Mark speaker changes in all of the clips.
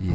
Speaker 1: 以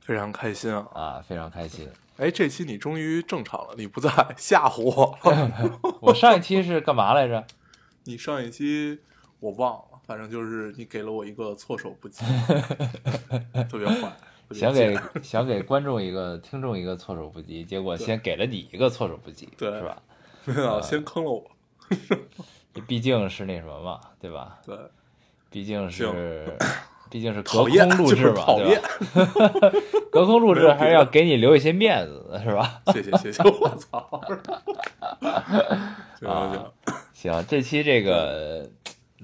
Speaker 2: 非常开心啊！
Speaker 1: 啊，非常开心。
Speaker 2: 哎，这期你终于正常了，你不在 吓唬我了。
Speaker 1: 我上一期是干嘛来着？
Speaker 2: 你上一期我忘了，反正就是你给了我一个措手不及，特别坏。特别
Speaker 1: 想给
Speaker 2: 贱啊
Speaker 1: 想给观众一个、听众一个措手不及，结果先给了你一个措手不及，
Speaker 2: 对
Speaker 1: 是吧？
Speaker 2: 没
Speaker 1: 呃
Speaker 2: 有先坑了我。
Speaker 1: 这毕竟是那什么嘛，对吧？
Speaker 2: 对，
Speaker 1: 毕竟是 毕竟是隔
Speaker 2: 讨厌
Speaker 1: 空录
Speaker 2: 就
Speaker 1: 制
Speaker 2: 是
Speaker 1: 嘛，
Speaker 2: 讨
Speaker 1: 对
Speaker 2: 厌
Speaker 1: 吧？。 隔空录
Speaker 2: 没
Speaker 1: 制
Speaker 2: 有
Speaker 1: 还是要给你留一些面子的，是吧？
Speaker 2: 谢谢谢谢，我 操！行行行
Speaker 1: 啊，行，这期这个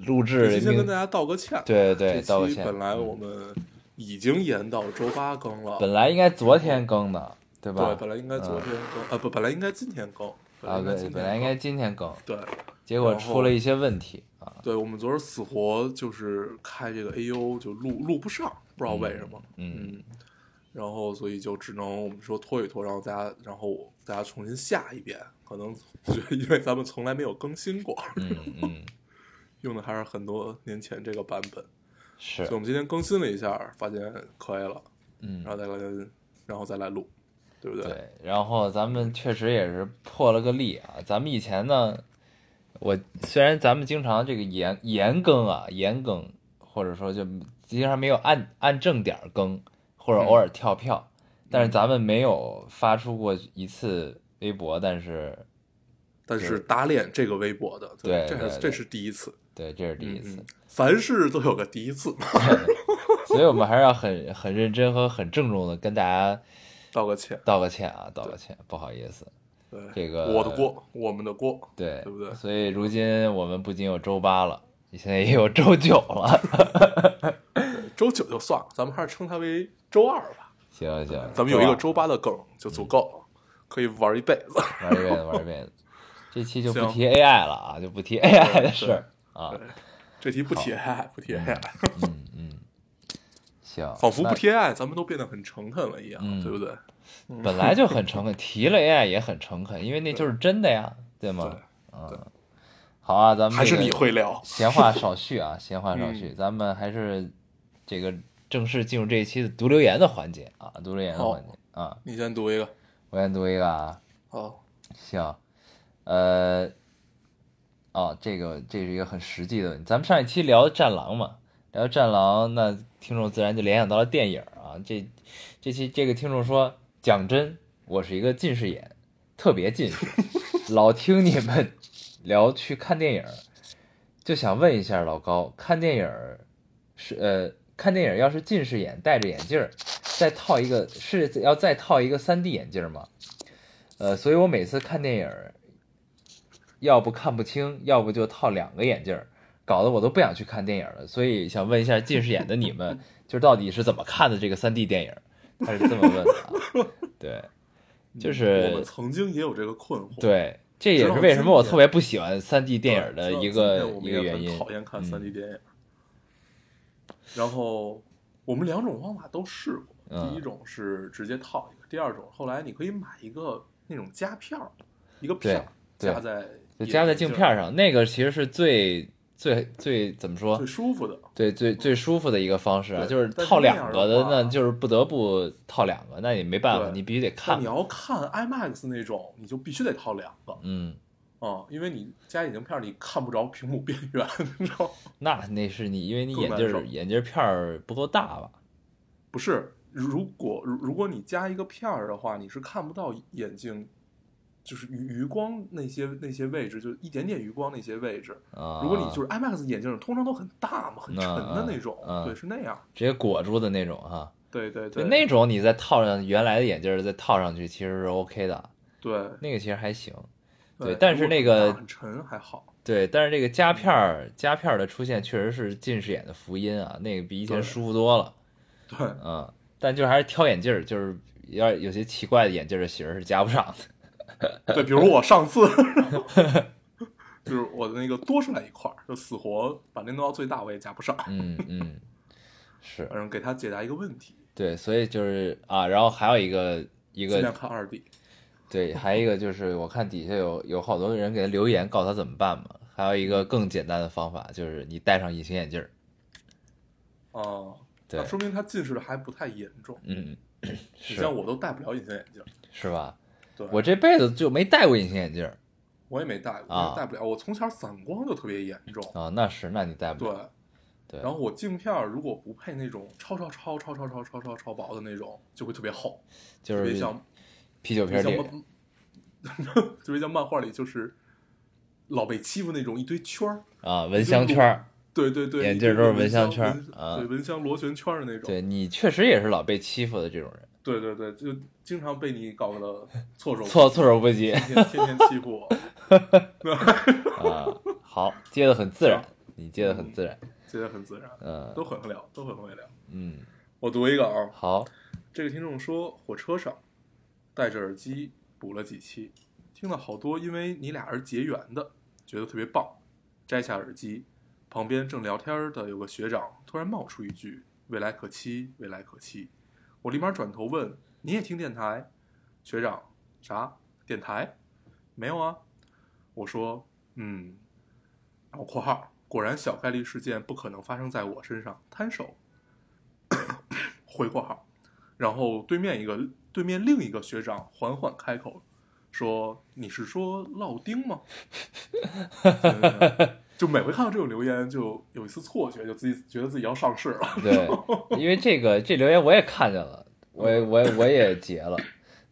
Speaker 1: 录制
Speaker 2: 这期先
Speaker 1: 名
Speaker 2: 跟大家道个歉。啊
Speaker 1: 对对对，道
Speaker 2: 这
Speaker 1: 个
Speaker 2: 期
Speaker 1: 歉。
Speaker 2: 本来我们已经延到周八更了，
Speaker 1: 本来应该昨天更的，对吧嗯
Speaker 2: 对，？本来应该昨天更，啊不，本来应该今天更，本来
Speaker 1: 啊，
Speaker 2: 应该
Speaker 1: 对，
Speaker 2: 今
Speaker 1: 本来应该
Speaker 2: 天
Speaker 1: 今天更，
Speaker 2: 更对。
Speaker 1: 结果
Speaker 2: 然后
Speaker 1: 出了一些问题啊。
Speaker 2: 对我们昨儿死活就是开这个 AU 就录录不上，不知道为什么，
Speaker 1: 嗯，
Speaker 2: 然后所以就只能我们说拖一拖，然后大家然后我大家重新下一遍，可能我觉得因为咱们从来没有更新过，
Speaker 1: 嗯嗯，
Speaker 2: 用的还是很多年前这个版本，
Speaker 1: 是
Speaker 2: 所以，我们今天更新了一下，发现可以了，
Speaker 1: 嗯
Speaker 2: 然，后再来然后再来录，对不对？
Speaker 1: 对。然后咱们确实也是破了个例啊。咱们以前呢，我虽然咱们经常这个延延更啊，延更，或者说就经常没有按按正点儿更，或者
Speaker 2: 嗯
Speaker 1: 偶尔跳票，但是咱们没有发出过一次微博，但是
Speaker 2: 但是打脸这个微博的，
Speaker 1: 对
Speaker 2: 这
Speaker 1: 对
Speaker 2: 是
Speaker 1: 对
Speaker 2: 这是第一次，
Speaker 1: 对，这是第一
Speaker 2: 嗯
Speaker 1: 次
Speaker 2: 嗯，，凡事都有个第一次，
Speaker 1: 所以我们还是要很很认真和很郑重的跟大家
Speaker 2: 道个歉，
Speaker 1: 道个歉啊，道个歉，不好意思。
Speaker 2: 对，
Speaker 1: 这个
Speaker 2: 我的锅，我们的锅，
Speaker 1: 对，
Speaker 2: 对不对
Speaker 1: 所以如今我们不仅有周八了，现在也有周九了。
Speaker 2: 周九就算了，咱们还是称它为周二吧。
Speaker 1: 行行，
Speaker 2: 咱们有一个
Speaker 1: 周
Speaker 2: 周八的梗就足够了，可以玩一辈子。
Speaker 1: 二玩一辈子，玩一辈子。这期就不
Speaker 2: 行
Speaker 1: 提 AI 了啊，就不提 AI 的
Speaker 2: 对
Speaker 1: 事儿啊。
Speaker 2: 这题不贴爱，不贴爱，
Speaker 1: 嗯嗯，行，
Speaker 2: 仿佛
Speaker 1: 那
Speaker 2: 不贴爱，咱们都变得很诚恳了一样，
Speaker 1: 嗯
Speaker 2: 对不对？
Speaker 1: 本来就很诚恳，提了 AI 也很诚恳，因为那就是真的呀，对吗
Speaker 2: 对？对
Speaker 1: 嗯，好啊，咱们
Speaker 2: 还
Speaker 1: 这
Speaker 2: 是
Speaker 1: 个
Speaker 2: 你会嗯聊，
Speaker 1: 闲话少叙啊，闲话少叙，咱们还是这个正式进入这一期的读留言的环节啊，读留言的
Speaker 2: 好
Speaker 1: 环节啊，
Speaker 2: 你先读一个。
Speaker 1: 我先读一个啊，
Speaker 2: 哦，
Speaker 1: 行，呃，哦，这个这是一个很实际的问题，咱们上一期聊战狼嘛，聊战狼，那听众自然就联想到了电影啊，这这期这个听众说，讲真，我是一个近视眼，特别 近视，老听你们聊去看电影儿，就想问一下老高，看电影儿是呃，看电影儿要是近视眼戴着眼镜儿，再套一个是要再套一个 3D 眼镜儿吗？呃，所以我每次看电影儿，要不看不清，要不就套两个眼镜儿，搞得我都不想去看电影了。所以想问一下近视眼的你 们，就是到底是怎么看的这个 3D 电影儿？他是这么问的、啊，对，就
Speaker 2: 嗯我
Speaker 1: 是
Speaker 2: 们曾经也有这个困惑，
Speaker 1: 对，这也
Speaker 2: 知
Speaker 1: 是
Speaker 2: 道
Speaker 1: 为什
Speaker 2: 今
Speaker 1: 么我
Speaker 2: 天
Speaker 1: 特别不喜欢 3D
Speaker 2: 对，
Speaker 1: 电影儿的
Speaker 2: 知道
Speaker 1: 一
Speaker 2: 今
Speaker 1: 个
Speaker 2: 天我
Speaker 1: 一
Speaker 2: 们
Speaker 1: 个
Speaker 2: 也
Speaker 1: 原
Speaker 2: 很
Speaker 1: 因。
Speaker 2: 讨厌看
Speaker 1: 嗯
Speaker 2: 三 D 电影。然后我们两种方法都试过，
Speaker 1: 嗯
Speaker 2: 第一种是直接套一个，第二种后来你可以买一个那种夹片儿，一个片儿
Speaker 1: 对对
Speaker 2: 夹在
Speaker 1: 就夹在镜片儿上，那个其实是最最最怎么说
Speaker 2: 最？舒服的。
Speaker 1: 对，最最舒服的一个方式啊，
Speaker 2: 对
Speaker 1: 就是
Speaker 2: 但是
Speaker 1: 套
Speaker 2: 那
Speaker 1: 两
Speaker 2: 样
Speaker 1: 个
Speaker 2: 的
Speaker 1: 的，
Speaker 2: 话
Speaker 1: 那就是不得不套两个，那也没办法，
Speaker 2: 对
Speaker 1: 你必须得
Speaker 2: 那
Speaker 1: 看
Speaker 2: 你。要看 IMAX 那种，你就必须得套两个
Speaker 1: 嗯，
Speaker 2: 啊、因为你夹眼镜片儿你看不着屏幕边缘，你知道吗？
Speaker 1: 那那是你，因为你
Speaker 2: 更
Speaker 1: 眼
Speaker 2: 难
Speaker 1: 镜
Speaker 2: 受
Speaker 1: 儿眼镜儿片儿不够大吧？
Speaker 2: 不是，如果如如果你加一个片儿的话，你是看不到眼睛，就是余余光那些那些位置，就一点点余光那些位置。
Speaker 1: 啊，
Speaker 2: 如果你就是 IMAX 眼镜，通常都很大嘛，很沉的那种，
Speaker 1: 嗯嗯嗯
Speaker 2: 对，是那样。
Speaker 1: 直接裹住的那种哈，
Speaker 2: 对对
Speaker 1: 就
Speaker 2: 对，
Speaker 1: 那种你再套上原来的眼镜儿再套上去，其实是 OK 的，
Speaker 2: 对
Speaker 1: 那个其实还行。对
Speaker 2: 对，
Speaker 1: 但是
Speaker 2: 如果
Speaker 1: 那个
Speaker 2: 很大很沉还好，
Speaker 1: 对，但是这个夹片儿夹片儿的出现确实是近视眼的福音啊，那个比以前
Speaker 2: 对
Speaker 1: 舒服多了。
Speaker 2: 对
Speaker 1: 嗯，但就是还是挑眼镜儿，就是有点有些奇怪的眼镜儿的型儿是加不上的。
Speaker 2: 对，比如我 上次，就是我的那个多出来一块儿，就死活把那弄到最大，我也加不上。
Speaker 1: 嗯嗯， 是
Speaker 2: 反正给他解答一个问题，
Speaker 1: 对，所以就是啊，然后还有一个一
Speaker 2: 尽
Speaker 1: 个
Speaker 2: 量看二 D。
Speaker 1: 对，还有一个就是我看底下有有好多人给他留言，告诉他怎么办嘛。还有一个更简单的方法就是你戴上隐形眼镜儿。
Speaker 2: 哦，
Speaker 1: 对
Speaker 2: 那，说明他近视的还不太严重。
Speaker 1: 嗯，
Speaker 2: 你
Speaker 1: 是
Speaker 2: 像我都戴不了隐形眼镜，
Speaker 1: 是吧？
Speaker 2: 对，
Speaker 1: 我这辈子就没戴过隐形眼镜儿
Speaker 2: 我也没戴过，
Speaker 1: 啊
Speaker 2: 戴不了。我从小散光就特别严重，
Speaker 1: 啊，那是，那你戴不
Speaker 2: 对
Speaker 1: 了。。对
Speaker 2: 然后我镜片儿如果不配那种超超超超超超超超超薄的那种，就会特别厚，
Speaker 1: 就
Speaker 2: 特别
Speaker 1: 是
Speaker 2: 像
Speaker 1: 啤酒
Speaker 2: 特
Speaker 1: 瓶
Speaker 2: 别像
Speaker 1: 脸，
Speaker 2: 漫，特别像漫 画里就是老被欺负那种一堆圈儿，
Speaker 1: 啊，蚊香圈儿。
Speaker 2: 对对对，
Speaker 1: 眼
Speaker 2: 一
Speaker 1: 镜儿都
Speaker 2: 堆
Speaker 1: 是
Speaker 2: 蚊
Speaker 1: 蚊香圈儿
Speaker 2: 蚊
Speaker 1: 啊
Speaker 2: 对蚊香螺旋圈儿的那种，
Speaker 1: 对你确实也是老被欺负的这种人，
Speaker 2: 对对对，就经常被你搞得 措手不及
Speaker 1: 措措手不及
Speaker 2: 天天天天欺负我，
Speaker 1: 啊。好，接的很自然，你接的很自然。
Speaker 2: 这些很自然，
Speaker 1: 嗯
Speaker 2: 都很会聊，都很会聊。
Speaker 1: 嗯，
Speaker 2: 我读一个啊，
Speaker 1: 好，
Speaker 2: 这个听众说，火车上戴着耳机补了几期，听了好多，因为你俩是结缘的，觉得特别棒。摘下耳机，旁边正聊天的有个学长突然冒出一句：“未来可期，未来可期。”我立马转头问：“你也听电台？”学长：“啥电台？没有啊。”我说：“嗯。”然后括号果然小概率事件不可能发生在我身上， 摊手。回括号，然后对面一个对面另一个学长缓缓开口说：“你是说烙丁吗？” 嗯就每回看到这种留言，就有一次错觉，就自己觉得自己要上市了。
Speaker 1: 对，因为这个这留言我也看见了，我也我也我也截了，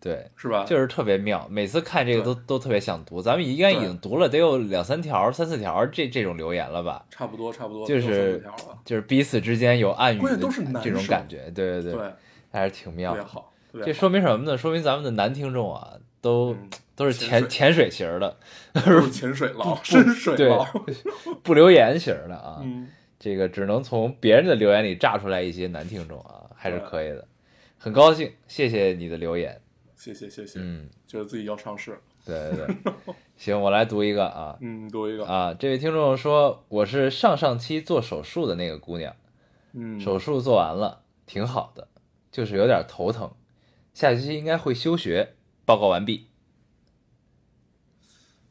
Speaker 1: 对，
Speaker 2: 是吧？
Speaker 1: 就是特别妙，每次看这个都都特别想读。咱们应该已经读了得有两三条、三四条这这种留言了吧？
Speaker 2: 差不多，差不多，
Speaker 1: 就
Speaker 2: 都三
Speaker 1: 是
Speaker 2: 四条了。
Speaker 1: 就是彼此之间有暗语
Speaker 2: 关
Speaker 1: 的
Speaker 2: 键都是男
Speaker 1: 这种
Speaker 2: 生
Speaker 1: 感觉，对对
Speaker 2: 对，
Speaker 1: 对，还是挺妙
Speaker 2: 特别
Speaker 1: 的。
Speaker 2: 好，特别
Speaker 1: 这
Speaker 2: 好
Speaker 1: 说明什么呢？说明咱们的男听众啊，都、
Speaker 2: 嗯
Speaker 1: 都是
Speaker 2: 潜
Speaker 1: 潜潜水型儿的，
Speaker 2: 都是潜水 捞、深水
Speaker 1: 对
Speaker 2: 捞。，
Speaker 1: 不留言型儿的啊。
Speaker 2: 嗯，
Speaker 1: 这个只能从别人的留言里炸出来一些男听众啊，还是
Speaker 2: 对
Speaker 1: 可以的。很高兴，谢谢你的留言。
Speaker 2: 谢谢谢谢，
Speaker 1: 嗯，
Speaker 2: 觉得自己要上市。
Speaker 1: 对对对。行，我来读一个啊
Speaker 2: 嗯，多一个，
Speaker 1: 啊！这位听众说，我是上上期做手术的那个姑娘，
Speaker 2: 嗯，
Speaker 1: 手术做完了，挺好的，就是有点头疼。下学期应该会休学。报告完毕。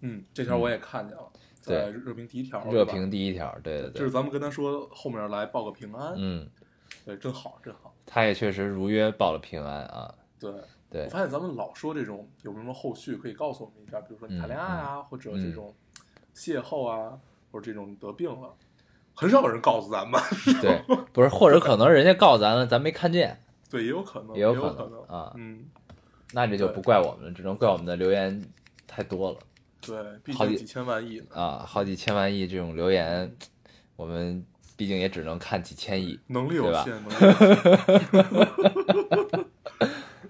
Speaker 2: 嗯，这条我也看见了，
Speaker 1: 嗯对
Speaker 2: 在热评第一条，
Speaker 1: 热
Speaker 2: 哦对吧
Speaker 1: 评第一条，对对
Speaker 2: 就是
Speaker 1: 对，
Speaker 2: 咱们跟他说后面来报个平安，
Speaker 1: 嗯，
Speaker 2: 对，真好真好。
Speaker 1: 他也确实如约报了平安啊。
Speaker 2: 对，
Speaker 1: 对
Speaker 2: 我，发现咱们老说这种有没有什么后续可以告诉我们一下，比如说你谈恋爱啊，
Speaker 1: 嗯
Speaker 2: 或者这种邂逅啊，或者这种得病了，很少有人告诉咱们。
Speaker 1: 对，不是，或者可能人家告咱了，咱没看见，
Speaker 2: 对，也有可能，
Speaker 1: 也有
Speaker 2: 有
Speaker 1: 可能
Speaker 2: 能
Speaker 1: 啊
Speaker 2: 嗯，
Speaker 1: 那这就不怪我们了，只能怪我们的留言太多了
Speaker 2: 对，毕
Speaker 1: 好
Speaker 2: 竟
Speaker 1: 几
Speaker 2: 几千万亿呢，
Speaker 1: 啊，好几千万亿这种留言，我们毕竟也只能看几千亿，
Speaker 2: 能力有
Speaker 1: 对吧
Speaker 2: 限，能力有限。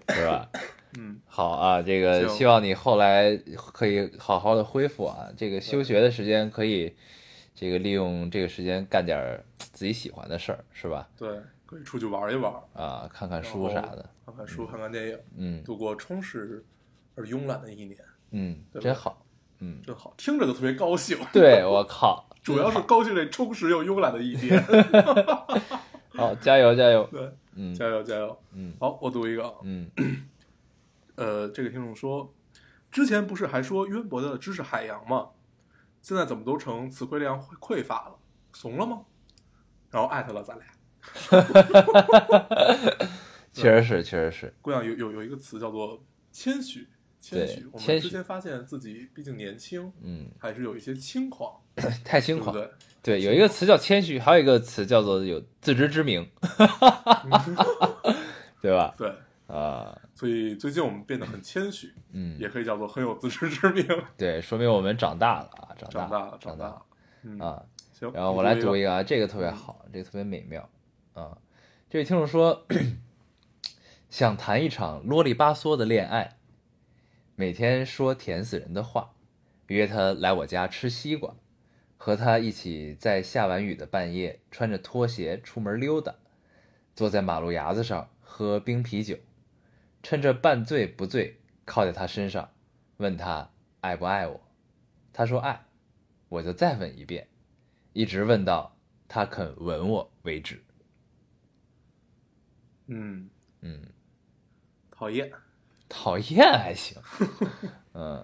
Speaker 1: 是吧？
Speaker 2: 嗯，
Speaker 1: 好啊，这个
Speaker 2: 行
Speaker 1: 希望你后来可以好好的恢复啊，这个休学的时间可以，这个利用这个时间干点儿自己喜欢的事儿，是吧？
Speaker 2: 对，可以出去玩一玩，
Speaker 1: 啊，看看
Speaker 2: 然
Speaker 1: 书啥
Speaker 2: 后
Speaker 1: 的，
Speaker 2: 看看书，看看电影，
Speaker 1: 嗯
Speaker 2: 度过充实而慵懒的一年，
Speaker 1: 嗯，
Speaker 2: 对吧
Speaker 1: 真好，嗯，
Speaker 2: 真好，听着就特别高兴。
Speaker 1: 对我靠，
Speaker 2: 主要是高兴这充实又慵懒的一天。
Speaker 1: 好，加油加油，
Speaker 2: 对，
Speaker 1: 嗯
Speaker 2: 加油加油。
Speaker 1: 嗯
Speaker 2: 好，我读一个啊。
Speaker 1: 嗯
Speaker 2: 呃，这个听众说，之前不是还说渊博的知识海洋吗？现在怎么都成词汇量匮匮乏了，怂了吗？然后艾特了咱俩。
Speaker 1: 确实是确实是，
Speaker 2: 姑娘有有有一个词叫做谦虚，谦虚
Speaker 1: 对。
Speaker 2: 我们
Speaker 1: 谦
Speaker 2: 之
Speaker 1: 虚
Speaker 2: 前发现自己毕竟年轻，
Speaker 1: 嗯，
Speaker 2: 还是有一些轻狂，
Speaker 1: 太轻
Speaker 2: 对不
Speaker 1: 狂。
Speaker 2: 对？
Speaker 1: 对，有一个词叫谦虚，还有一个词叫做有自知之 明， 对吧？
Speaker 2: 对，
Speaker 1: 啊、
Speaker 2: 所以最近我们变得很谦虚，
Speaker 1: 嗯，
Speaker 2: 也可以叫做很有自知之明。
Speaker 1: 对，说明我们长大了啊，长
Speaker 2: 长
Speaker 1: 大
Speaker 2: 大了，
Speaker 1: 长
Speaker 2: 长大了。嗯，
Speaker 1: 啊。
Speaker 2: 行。
Speaker 1: 然后
Speaker 2: 你
Speaker 1: 我来
Speaker 2: 读
Speaker 1: 读一
Speaker 2: 个，嗯
Speaker 1: 个啊，这个特别好，这个特别美妙啊。这位听众说，想谈一场啰里吧嗦的恋爱，每天说甜死人的话，约他来我家吃西瓜，和他一起在下完雨的半夜穿着拖鞋出门溜达，坐在马路牙子上喝冰啤酒，趁着半醉不醉靠在他身上，问他爱不爱我。他说爱，我就再问一遍，一直问到他肯吻我为止。
Speaker 2: 嗯，
Speaker 1: 嗯，
Speaker 2: 讨厌。
Speaker 1: 讨厌还 行。嗯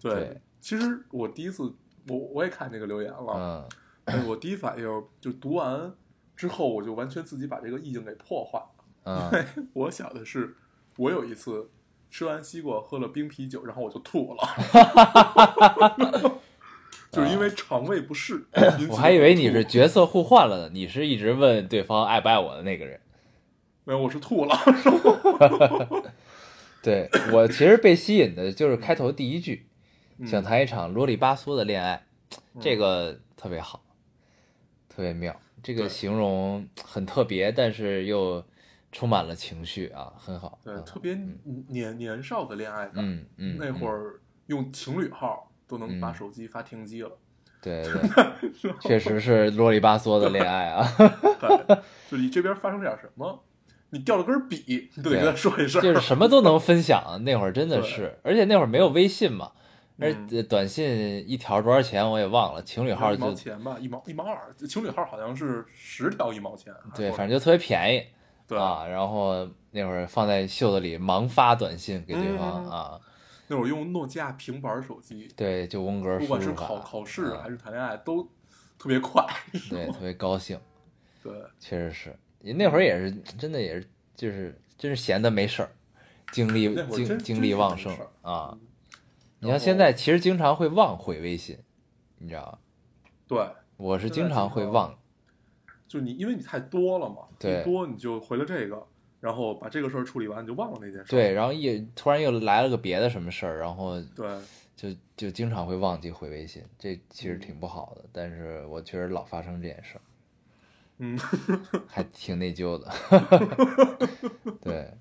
Speaker 2: 对，
Speaker 1: 对
Speaker 2: 其实我第一次，我我也看这个留言了，
Speaker 1: 嗯
Speaker 2: 但哎是我第一反应就读完之后，我就完全自己把这个意境给破坏了。
Speaker 1: 嗯，
Speaker 2: 我想的是，我有一次吃完西瓜喝了冰啤酒，然后我就吐了， 就是因为肠胃不适。引起
Speaker 1: 啊
Speaker 2: 的
Speaker 1: 我还以为你是角色互换了呢，你是一直问对方爱不爱我的那个人。
Speaker 2: 没有，我是吐了。
Speaker 1: 对我其实被吸引的就是开头第一句，
Speaker 2: 嗯
Speaker 1: 想谈一场啰里吧嗦的恋爱，这个特别好，特别妙。这个
Speaker 2: 对
Speaker 1: 形容很特别，但是又充满了情绪啊，很好。
Speaker 2: 对，
Speaker 1: 很好
Speaker 2: 特别年年少的恋爱感，
Speaker 1: 嗯嗯，
Speaker 2: 那会
Speaker 1: 儿
Speaker 2: 儿用情侣号都能把
Speaker 1: 嗯
Speaker 2: 手机发停 机了，
Speaker 1: 对对，确实是啰里吧嗦的恋爱 啊。
Speaker 2: 对，就你这边发生点什么，你掉了根笔，你都得跟他说一声。
Speaker 1: 就是什么都能分享。那会儿真的
Speaker 2: 对
Speaker 1: 是，而且那会儿没有微信嘛，而
Speaker 2: 嗯
Speaker 1: 且短信一条多少钱我也忘了，情侣号
Speaker 2: 一毛
Speaker 1: 就
Speaker 2: 钱吧，一毛一毛二，情侣号好像是十条一毛钱。
Speaker 1: 对，
Speaker 2: 还
Speaker 1: 反正就特别便宜
Speaker 2: 是对，
Speaker 1: 啊。然后那会儿放在袖子里盲发短信给对方、
Speaker 2: 嗯
Speaker 1: 啊，
Speaker 2: 那会儿用诺基亚平板手机，
Speaker 1: 对，就翁格
Speaker 2: 不
Speaker 1: 输
Speaker 2: 管是
Speaker 1: 入
Speaker 2: 考
Speaker 1: 法，
Speaker 2: 考试
Speaker 1: 啊
Speaker 2: 还是谈恋爱，都特别快。
Speaker 1: 对，特别高兴，
Speaker 2: 对，
Speaker 1: 确实是。那会儿也是真的也是就是真是闲的没事儿，精力
Speaker 2: 那会儿
Speaker 1: 精
Speaker 2: 真
Speaker 1: 精
Speaker 2: 真
Speaker 1: 力
Speaker 2: 是
Speaker 1: 旺
Speaker 2: 没
Speaker 1: 盛
Speaker 2: 事儿嗯
Speaker 1: 啊。你
Speaker 2: 然
Speaker 1: 像现
Speaker 2: 后
Speaker 1: 在其实经常会忘回微信，你知道吗？
Speaker 2: 对，
Speaker 1: 我是
Speaker 2: 现在
Speaker 1: 经常
Speaker 2: 经
Speaker 1: 会
Speaker 2: 常
Speaker 1: 忘
Speaker 2: 就你因为你太多了嘛，
Speaker 1: 对
Speaker 2: 你多你就回了这个，然后把这个事儿处理完，你就忘了那件事。
Speaker 1: 对，然后一突然又来了个别的什么事儿，然后
Speaker 2: 对
Speaker 1: 就就经常会忘记回微信，这其实挺不好的。但是我确实老发生这件事儿，
Speaker 2: 嗯，
Speaker 1: 还挺内疚 的。对，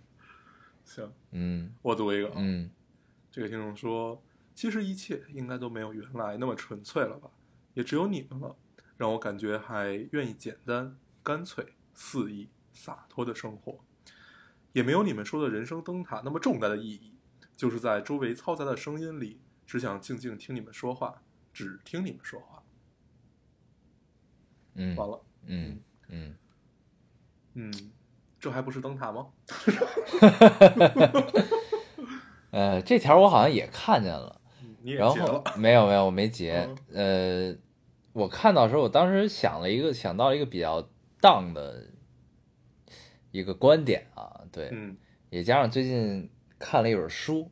Speaker 2: 行，
Speaker 1: 嗯
Speaker 2: 我读一个，啊。
Speaker 1: 嗯
Speaker 2: 这个听众说：“其实一切应该都没有原来那么纯粹了吧，也只有你们了，让我感觉还愿意简单、干脆、肆意、洒脱的生活，也没有你们说的人生灯塔那么重大的意义，就是在周围嘈杂的声音里，只想静静听你们说话，只听你们说话。
Speaker 1: 嗯
Speaker 2: 完了，
Speaker 1: 嗯嗯，
Speaker 2: 嗯，这还不是灯塔吗？
Speaker 1: 呃，这条我好像也看见了，
Speaker 2: 嗯你也
Speaker 1: 然
Speaker 2: 结
Speaker 1: 后
Speaker 2: 了，嗯
Speaker 1: 没有没有我没截，呃，我看到的时候，我当时想了一个想到了一个比较当的一个观点啊，对，
Speaker 2: 嗯
Speaker 1: 也加上最近看了一本书，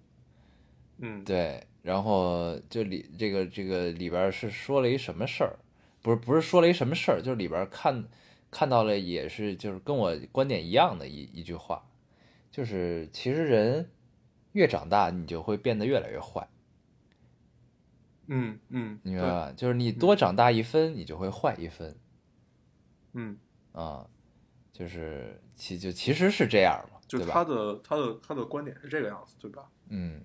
Speaker 2: 嗯，
Speaker 1: 对，然后就里这个这个里边儿是说了一什么事儿，不是不是说了一什么事儿，就是里边儿看看到了也是就是跟我观点一样的一一句话，就是其实人越长大，你就会变得越来越坏，
Speaker 2: 嗯嗯，
Speaker 1: 你明白
Speaker 2: 对，
Speaker 1: 吧？就是你多长大一分，你就会坏一分
Speaker 2: 嗯，
Speaker 1: 啊，就是其就其实是这样嘛，
Speaker 2: 就
Speaker 1: 对
Speaker 2: 他
Speaker 1: 吧？
Speaker 2: 的他的他的观点是这个样子，对吧？
Speaker 1: 嗯，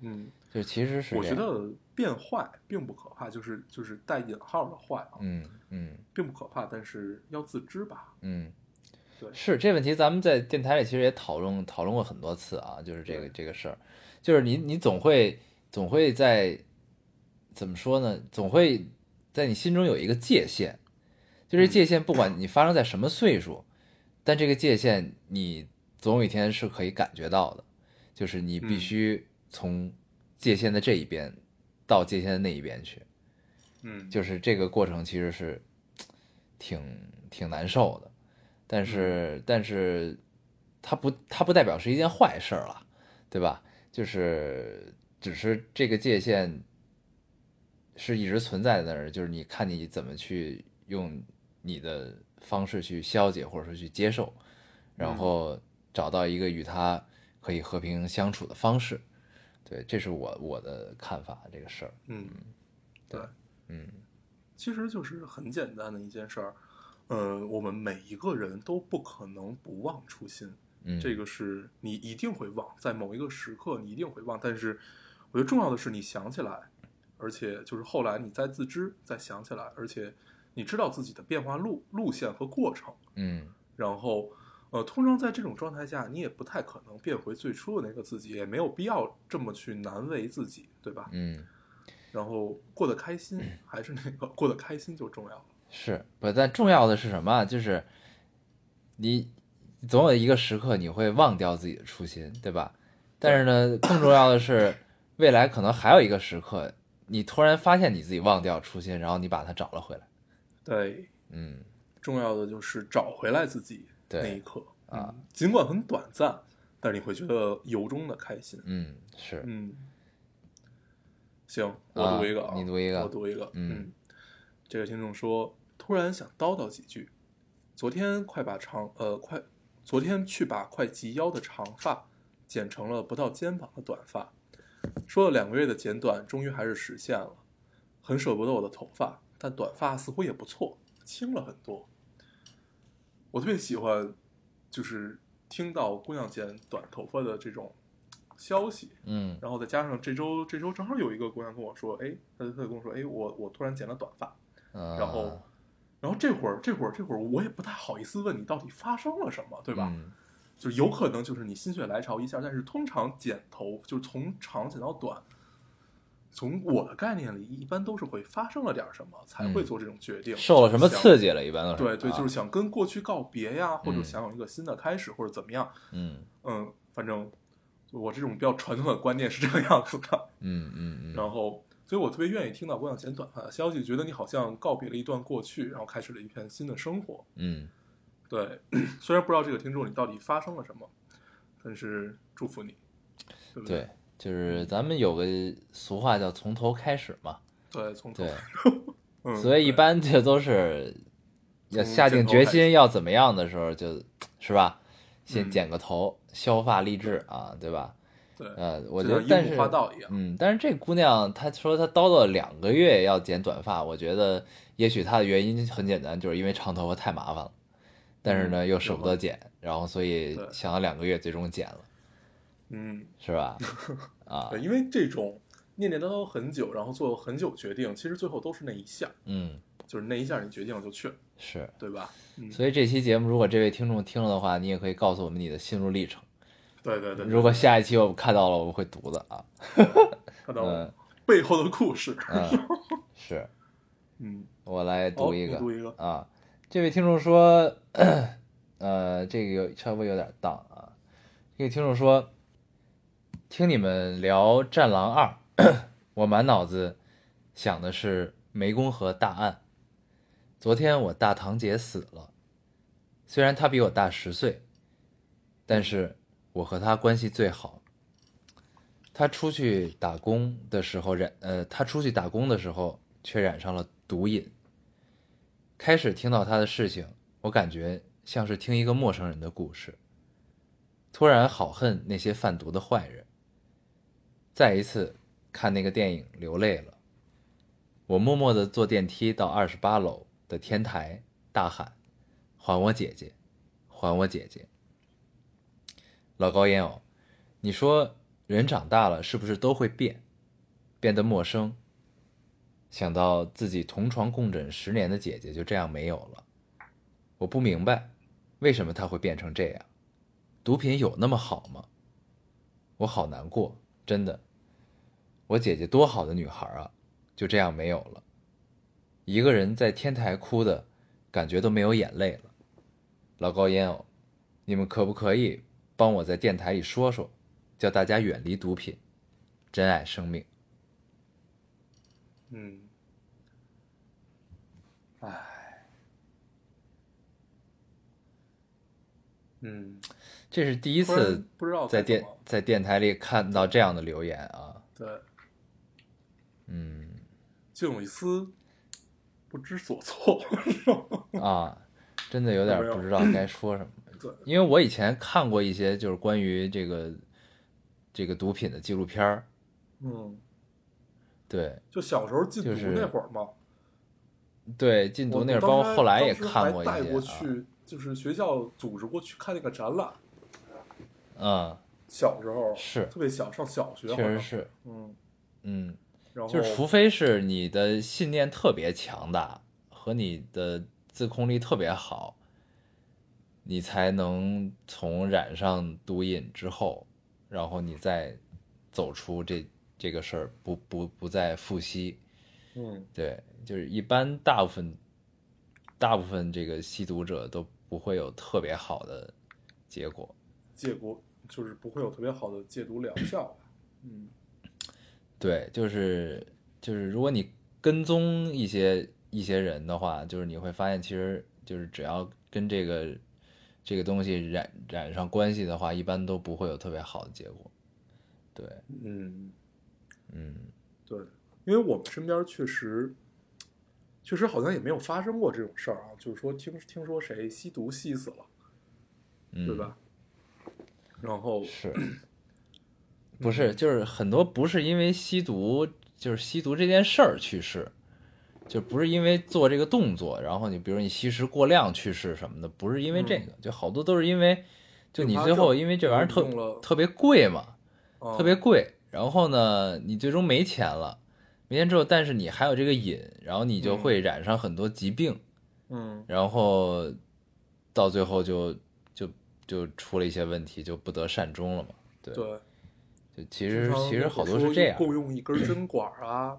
Speaker 2: 嗯。”
Speaker 1: 就其实是
Speaker 2: 我
Speaker 1: 这
Speaker 2: 觉
Speaker 1: 样，
Speaker 2: 得变坏并不可怕，就是就是带引号的坏啊，
Speaker 1: 嗯嗯。
Speaker 2: 并不可怕，但是要自知吧。
Speaker 1: 嗯，
Speaker 2: 对
Speaker 1: 是这问题，咱们在电台里其实也讨论讨论过很多次啊，就是这个
Speaker 2: 对
Speaker 1: 这个事儿，就是你你总会总会在怎么说呢？总会在你心中有一个界限，就这
Speaker 2: 嗯
Speaker 1: 界限，不管你发生在什么岁数，但这个界限你总有一天是可以感觉到的，就是你必
Speaker 2: 嗯
Speaker 1: 须从界限的这一边到界限的那一边去，
Speaker 2: 嗯，
Speaker 1: 就是这个过程其实是挺挺难受的，但
Speaker 2: 嗯
Speaker 1: 是、但是它不它不代表是一件坏事儿了，对吧？就是只是这个界限是一直存在在那儿，就是你看你怎么去用你的方式去消解或者说去接受，然
Speaker 2: 嗯
Speaker 1: 后找到一个与它可以和平相处的方式。对，这是我我的看法，这个事儿。
Speaker 2: 嗯，对，
Speaker 1: 嗯
Speaker 2: 其实就是很简单的一件事儿。呃，我们每一个人都不可能不忘初心，
Speaker 1: 嗯，
Speaker 2: 这个是你一定会忘，在某一个时刻你一定会忘。但是，我觉得重要的是你想起来，而且就是后来你再自知，再想起来，而且你知道自己的变化路路线和过程，
Speaker 1: 嗯。
Speaker 2: 然后，呃，通常在这种状态下，你也不太可能变回最初的那个自己，也没有必要这么去难为自己，对吧？
Speaker 1: 嗯，
Speaker 2: 然后过得开心，还是那个过得开心就重要了。
Speaker 1: 是不？但重要的是什么啊？就是你总有一个时刻你会忘掉自己的初心，对吧？但是呢，更重要的是，未来可能还有一个时刻，你突然发现你自己忘掉初心，然后你把它找了回来。
Speaker 2: 对，
Speaker 1: 嗯，
Speaker 2: 重要的就是找回来自己
Speaker 1: 对
Speaker 2: 那一刻
Speaker 1: 啊
Speaker 2: 嗯尽管很短暂，但是你会觉得由衷的开心。
Speaker 1: 嗯，是，
Speaker 2: 嗯，行，我读一个
Speaker 1: 啊你读一个
Speaker 2: 我读一个。
Speaker 1: 嗯
Speaker 2: 这个听众说，突然想叨叨几句。昨天快把长呃快，昨天去把快及腰的长发剪成了不到肩膀的短发，说了两个月的剪短，终于还是实现了。很舍不得我的头发，但短发似乎也不错，轻了很多。我特别喜欢，就是听到姑娘剪短头发的这种消息，
Speaker 1: 嗯
Speaker 2: 然后再加上这周这周正好有一个姑娘跟我说，哎，她她跟我说，哎，我我突然剪了短发，
Speaker 1: 嗯，
Speaker 2: 然后，然后这会儿这会儿这会儿我也不太好意思问你到底发生了什么，对
Speaker 1: 对
Speaker 2: 吧？就有可能就是你心血来潮一下，但是通常剪头就是从长剪到短，从我的概念里一般都是会发生了点什么才会
Speaker 1: 嗯
Speaker 2: 做这种决定，
Speaker 1: 受了什么
Speaker 2: 想
Speaker 1: 刺激了？一般都是
Speaker 2: 对对，
Speaker 1: 啊
Speaker 2: 就是想跟过去告别呀，或者
Speaker 1: 嗯
Speaker 2: 想有一个新的开始，或者怎么样。
Speaker 1: 嗯
Speaker 2: 嗯，反正我这种比较传统的观念是这个样子的。
Speaker 1: 嗯嗯嗯，
Speaker 2: 然后，所以我特别愿意听到关晓前短发的消息，觉得你好像告别了一段过去，然后开始了一片新的生活。
Speaker 1: 嗯
Speaker 2: 对， 虽然不知道这个听众你到底发生了什么，但是祝福你，对不
Speaker 1: 对，就是咱们有个俗话叫从头开始嘛，
Speaker 2: 对？从头
Speaker 1: 对，，
Speaker 2: 嗯，
Speaker 1: 所以一
Speaker 2: 对
Speaker 1: 般这都是要下定决心要怎么样的时候就，是吧？
Speaker 2: 嗯
Speaker 1: 先剪个头，削发立志啊，对吧？
Speaker 2: 对，
Speaker 1: 呃，我觉
Speaker 2: 就
Speaker 1: 得
Speaker 2: 像
Speaker 1: 但
Speaker 2: 樱
Speaker 1: 是
Speaker 2: 木花道一样，
Speaker 1: 嗯，但是这姑娘她说她叨叨两个月要剪短发，我觉得也许她的原因很简单，就是因为长头发太麻烦了，但是呢
Speaker 2: 嗯
Speaker 1: 又舍不
Speaker 2: 有可
Speaker 1: 得
Speaker 2: 能
Speaker 1: 剪，然后所以
Speaker 2: 对
Speaker 1: 想了两个月，最终剪了，
Speaker 2: 嗯，
Speaker 1: 是吧？啊，
Speaker 2: 对，因为这种念念叨叨很久，然后做很久决定，其实最后都是那一下，
Speaker 1: 嗯，
Speaker 2: 就是那一下你决定了就去了，
Speaker 1: 是。
Speaker 2: 对吧？嗯，
Speaker 1: 所以这期节目，如果这位听众听了的话，你也可以告诉我们你的心路历程。
Speaker 2: 对对对，
Speaker 1: 如果下一期我们看到了，我们会读的啊。
Speaker 2: 看到
Speaker 1: 嗯
Speaker 2: 了背后的故事，
Speaker 1: 嗯，是
Speaker 2: 嗯，
Speaker 1: 我来
Speaker 2: 好，
Speaker 1: 读一
Speaker 2: 哦你
Speaker 1: 个
Speaker 2: 读一个，
Speaker 1: 啊。这位听众说， 呃，这个有稍微有点荡啊。这个听众说，听你们聊《战狼二》，我满脑子想的是湄公河大案。昨天我大堂姐死了，虽然她比我大十岁，但是我和她关系最好。她出去打工的时候染，呃，她出去打工的时候却染上了毒瘾。开始听到她的事情，我感觉像是听一个陌生人的故事。突然好恨那些贩毒的坏人。再一次看那个电影流泪了。我默默地坐电梯到二十八楼的天台，大喊：“还我姐姐，还我姐姐！”老高烟偶，你说人长大了是不是都会变，变得陌生？想到自己同床共枕十年的姐姐就这样没有了，我不明白为什么她会变成这样。毒品有那么好吗？我好难过，真的。我姐姐多好的女孩啊，就这样没有了。一个人在天台哭的感觉都没有眼泪了。老高烟偶，你们可不可以帮我在电台里说说，叫大家远离毒品，珍爱生命？
Speaker 2: 嗯，唉，嗯，
Speaker 1: 这是第一
Speaker 2: 突然
Speaker 1: 次
Speaker 2: 不知道
Speaker 1: 在
Speaker 2: 该怎
Speaker 1: 电
Speaker 2: 么
Speaker 1: 在电台里看到这样的留言啊，
Speaker 2: 对，
Speaker 1: 嗯
Speaker 2: 就有一丝不知所措，是吧
Speaker 1: 啊，真的有点不知道该说什么。
Speaker 2: 对，
Speaker 1: 因为我以前看过一些就是关于这个这个毒品的纪录片儿，
Speaker 2: 嗯，
Speaker 1: 对
Speaker 2: 就小时候禁毒
Speaker 1: 就是
Speaker 2: 那会儿嘛，
Speaker 1: 对，禁
Speaker 2: 我
Speaker 1: 毒那会
Speaker 2: 我
Speaker 1: 儿，包
Speaker 2: 当时
Speaker 1: 括后
Speaker 2: 还
Speaker 1: 来
Speaker 2: 当
Speaker 1: 也
Speaker 2: 时
Speaker 1: 看
Speaker 2: 还
Speaker 1: 过一
Speaker 2: 带过
Speaker 1: 些啊，
Speaker 2: 去，就是学校组织过去看那个展览，
Speaker 1: 嗯，
Speaker 2: 小时候
Speaker 1: 是
Speaker 2: 特别小，上小学
Speaker 1: 确
Speaker 2: 好
Speaker 1: 实，
Speaker 2: 像
Speaker 1: 是，
Speaker 2: 嗯，
Speaker 1: 嗯，
Speaker 2: 然后
Speaker 1: 就是除非是你的信念特别强大和你的自控力特别好，你才能从染上毒瘾之后，然后你再走出这这个事儿，不不不再复吸。
Speaker 2: 嗯
Speaker 1: 对，就是一般大部分大部分这个吸毒者都不会有特别好的结果。
Speaker 2: 戒毒就是不会有特别好的戒毒疗效吧？嗯
Speaker 1: 对，就是就是，如果你跟踪一些一些人的话，就是你会发现，其实就是只要跟这个这个东西染染上关系的话，一般都不会有特别好的结果。对，
Speaker 2: 嗯，
Speaker 1: 嗯，
Speaker 2: 对，因为我们身边确实确实好像也没有发生过这种事儿啊，就是说听听说谁吸毒吸死了，
Speaker 1: 嗯
Speaker 2: 对？吧？然后
Speaker 1: 是，不是？就是很多不是因为吸毒，就是吸毒这件事儿去世，就不是因为做这个动作，然后你比如你吸食过量去世什么的，不是因为这
Speaker 2: 嗯
Speaker 1: 个，就好多都是因为，就嗯
Speaker 2: 并
Speaker 1: 你
Speaker 2: 发
Speaker 1: 最后
Speaker 2: 症
Speaker 1: 因为这玩意儿
Speaker 2: 你
Speaker 1: 特
Speaker 2: 用了
Speaker 1: 特别贵嘛，
Speaker 2: 啊
Speaker 1: 特别贵。然后呢，你最终没钱了，没钱之后，但是你还有这个瘾，然后你就
Speaker 2: 嗯
Speaker 1: 会染上很多疾病，
Speaker 2: 嗯
Speaker 1: 然后到最后就就就出了一些问题，就不得善终了嘛。对，
Speaker 2: 对，
Speaker 1: 就其
Speaker 2: 经
Speaker 1: 实
Speaker 2: 常
Speaker 1: 其实
Speaker 2: 如
Speaker 1: 好
Speaker 2: 果
Speaker 1: 多
Speaker 2: 说
Speaker 1: 是这
Speaker 2: 用
Speaker 1: 样，
Speaker 2: 共用 一根针管儿啊，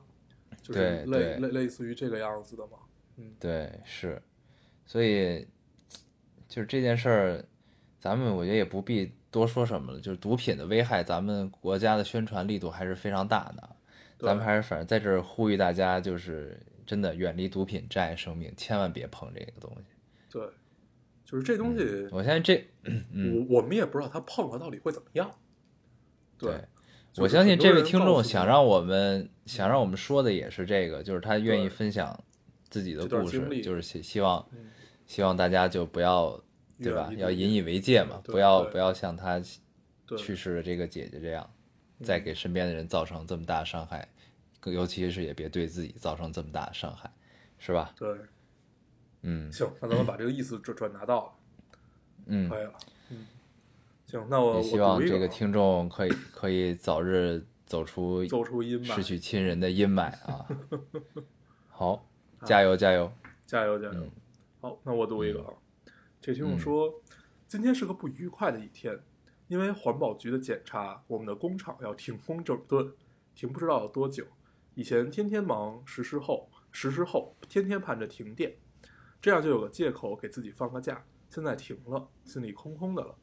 Speaker 2: 就是
Speaker 1: 对
Speaker 2: 类
Speaker 1: 对
Speaker 2: 类类似于这个样子的嘛。嗯
Speaker 1: 对，是，所以就是这件事儿，咱们我觉得也不必多说什么了。就是毒品的危害，咱们国家的宣传力度还是非常大的。
Speaker 2: 对
Speaker 1: 咱们还是反正在这儿呼吁大家，就是真的远离毒品，珍爱生命，千万别碰这个东西。
Speaker 2: 对，就是这东西，
Speaker 1: 我相信这，嗯，
Speaker 2: 我我们也不知道它碰了到底会怎么样。
Speaker 1: 对，
Speaker 2: 就是
Speaker 1: 我相信
Speaker 2: 很多
Speaker 1: 这位
Speaker 2: 人
Speaker 1: 听
Speaker 2: 告
Speaker 1: 众
Speaker 2: 诉
Speaker 1: 想
Speaker 2: 你
Speaker 1: 让我们想让我们说的也是这个，就是他愿意
Speaker 2: 对
Speaker 1: 分享自己的
Speaker 2: 这段
Speaker 1: 故
Speaker 2: 经历
Speaker 1: 事，就是希希望
Speaker 2: 嗯
Speaker 1: 希望大家就不要对吧
Speaker 2: 远离？毒
Speaker 1: 要
Speaker 2: 品
Speaker 1: 引以为戒嘛，
Speaker 2: 对
Speaker 1: 不要
Speaker 2: 对
Speaker 1: 不要像他
Speaker 2: 对嗯
Speaker 1: 去世的这个姐姐这样，再给身边的人造成这么大的伤害，更尤其是也别对自己造成这么大的伤害，是吧？
Speaker 2: 对，
Speaker 1: 嗯
Speaker 2: 行，那咱们把这个意思转转达到了，
Speaker 1: 嗯，
Speaker 2: 可以了。嗯，行，那我
Speaker 1: 也
Speaker 2: 我
Speaker 1: 希望
Speaker 2: 读一
Speaker 1: 这
Speaker 2: 个
Speaker 1: 个
Speaker 2: 啊
Speaker 1: 听众可以可以早日走出
Speaker 2: 走出阴霾，
Speaker 1: 失去亲人的阴霾 啊！好，
Speaker 2: 啊
Speaker 1: 加油加油！
Speaker 2: 加油加油！
Speaker 1: 嗯
Speaker 2: 好，那我读一个啊。这听众说，今天是个不愉快的一天，因为环保局的检查，我们的工厂要停工整顿，停不知道有多久。以前天天忙，实施后实施后天天盼着停电，这样就有个借口给自己放个假。现在停了，心里空空的了。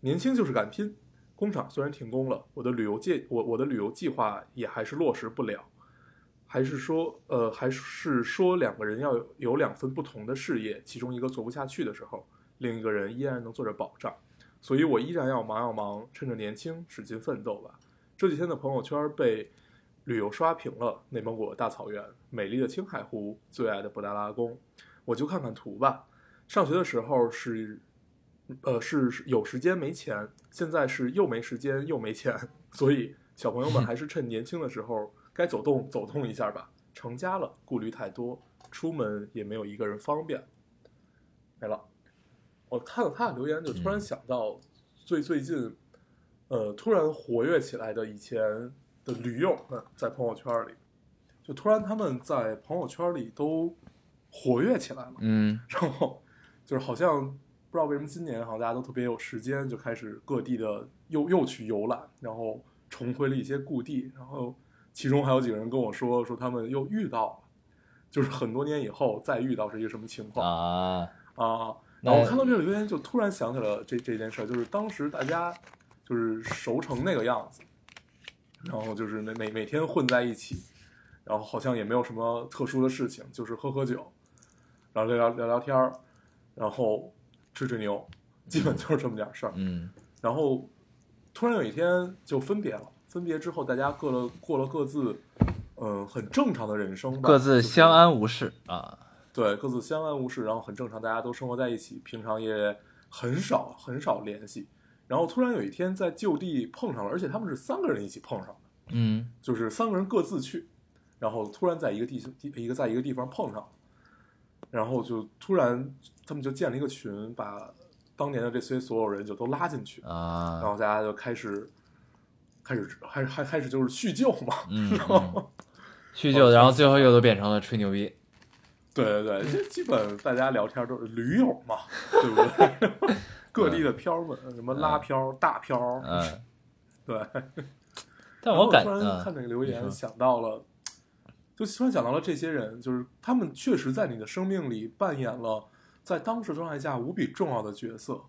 Speaker 2: 年轻就是敢拼。工厂虽然停工了，我的旅游计我我的旅游计划也还是落实不了。还是说，呃，还是说两个人要有有两份不同的事业，其中一个做不下去的时候，另一个人依然能做着保障，所以我依然要忙要忙，趁着年轻使劲奋斗吧。这几天的朋友圈被旅游刷屏了，内蒙古的大草原、美丽的青海湖、最爱的布达拉宫，我就看看图吧。上学的时候是，呃，是是有时间没钱，现在是又没时间又没钱， 所以小朋友们还是趁年轻的时候该走动走动一下吧。成家了，顾虑太多，出门也没有一个人方便。没了。我看了他的留言，就突然想到最最近，呃，突然活跃起来的以前的驴友们在朋友圈里，就突然他们在朋友圈里都活跃起来了。
Speaker 1: 嗯，
Speaker 2: 然后就是好像不知道为什么今年好像大家都特别有时间，就开始各地的又又去游览，然后重回了一些故地，然后其中还有几个人跟我说说他们又遇到了，就是很多年以后再遇到是一个什么情况
Speaker 1: 啊，
Speaker 2: 啊？
Speaker 1: 那
Speaker 2: 然后我看到这个留言，就突然想起了这这件事儿，就是当时大家就是熟成那个样子，然后就是每每每天混在一起，然后好像也没有什么特殊的事情，就是喝喝酒，然后聊聊聊聊天儿，然后吹吹牛，基本就是这么点儿事儿。
Speaker 1: 嗯
Speaker 2: 然后突然有一天就分别了，分别之后大家各了过了各自，嗯、很正常的人生吧，
Speaker 1: 各自
Speaker 2: 就是
Speaker 1: 相安无事啊。
Speaker 2: 对，各自相安无事，然后很正常，大家都生活在一起，平常也很少很少联系。然后突然有一天在就地碰上了，而且他们是三个人一起碰上的，
Speaker 1: 嗯
Speaker 2: 就是三个人各自去，然后突然在一个地地一个在一个地方碰上了，然后就突然他们就建了一个群，把当年的这些所有人就都拉进去，然
Speaker 1: 啊，
Speaker 2: 后大家就开始开始还还开始就是叙旧嘛，
Speaker 1: 嗯
Speaker 2: 然后
Speaker 1: 叙旧，然后最后又都变成了吹牛逼。
Speaker 2: 对 对对，这基本大家聊天都是驴友嘛， 对不对？ 各地的漂们，什么拉漂、大漂，
Speaker 1: 嗯，
Speaker 2: 对。
Speaker 1: 但
Speaker 2: 然后
Speaker 1: 我感
Speaker 2: 突然
Speaker 1: 嗯
Speaker 2: 看那个留
Speaker 1: 你
Speaker 2: 言，
Speaker 1: 说
Speaker 2: 想到了，就突然想到了这些人，就是他们确实在你的生命里扮演了在当时状态下无比重要的角色。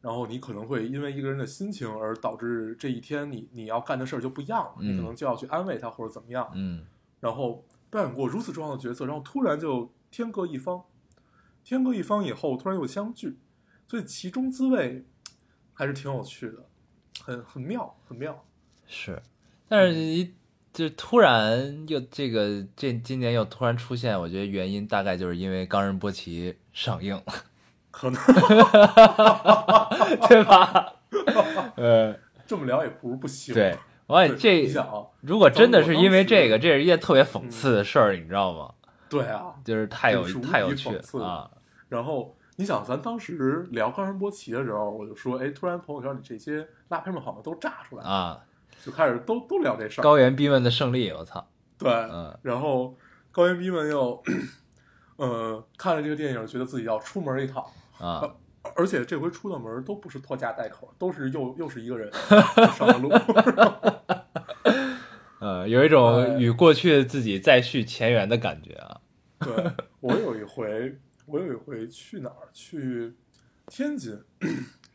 Speaker 2: 然后你可能会因为一个人的心情而导致这一天你你要干的事儿就不一样了，你
Speaker 1: 嗯
Speaker 2: 可能就要去安慰他或者怎么样。
Speaker 1: 嗯
Speaker 2: 然后扮演过如此重要的角色，然后突然就天各一方，天各一方以后突然又相聚，所以其中滋味还是挺有趣的，很很妙，很妙。
Speaker 1: 是，但是一就突然又这个这今年又突然出现，我觉得原因大概就是因为《冈仁波齐》上映了，
Speaker 2: 可能
Speaker 1: 对吧？ 呃，
Speaker 2: 这么聊也不是不行。啊
Speaker 1: 对，我也
Speaker 2: 对
Speaker 1: 这
Speaker 2: 你想啊，
Speaker 1: 如果真的是因为
Speaker 2: 当时
Speaker 1: 这个，这是一件特别讽刺的事儿，你知道吗？
Speaker 2: 对啊。
Speaker 1: 就是太有
Speaker 2: 这是无比
Speaker 1: 太有趣
Speaker 2: 讽刺的
Speaker 1: 啊！
Speaker 2: 然后你想，咱当时聊冈仁波齐的时候，我就说，哎，突然朋友圈里这些拉片们好像都炸出来，了，
Speaker 1: 啊，
Speaker 2: 就开始都都聊这事儿。
Speaker 1: 高原逼问的胜利，我操，
Speaker 2: 对，
Speaker 1: 嗯
Speaker 2: 然后高原逼们又， 呃，看了这个电影，觉得自己要出门一趟，
Speaker 1: 啊，
Speaker 2: 而且这回出的门都不是拖家带口，都是又又是一个人上了路。
Speaker 1: 呃，有一
Speaker 2: 哎
Speaker 1: 种与过去的自己再续前缘的感觉啊。
Speaker 2: 对我有一回，我有一回去哪儿？去天津，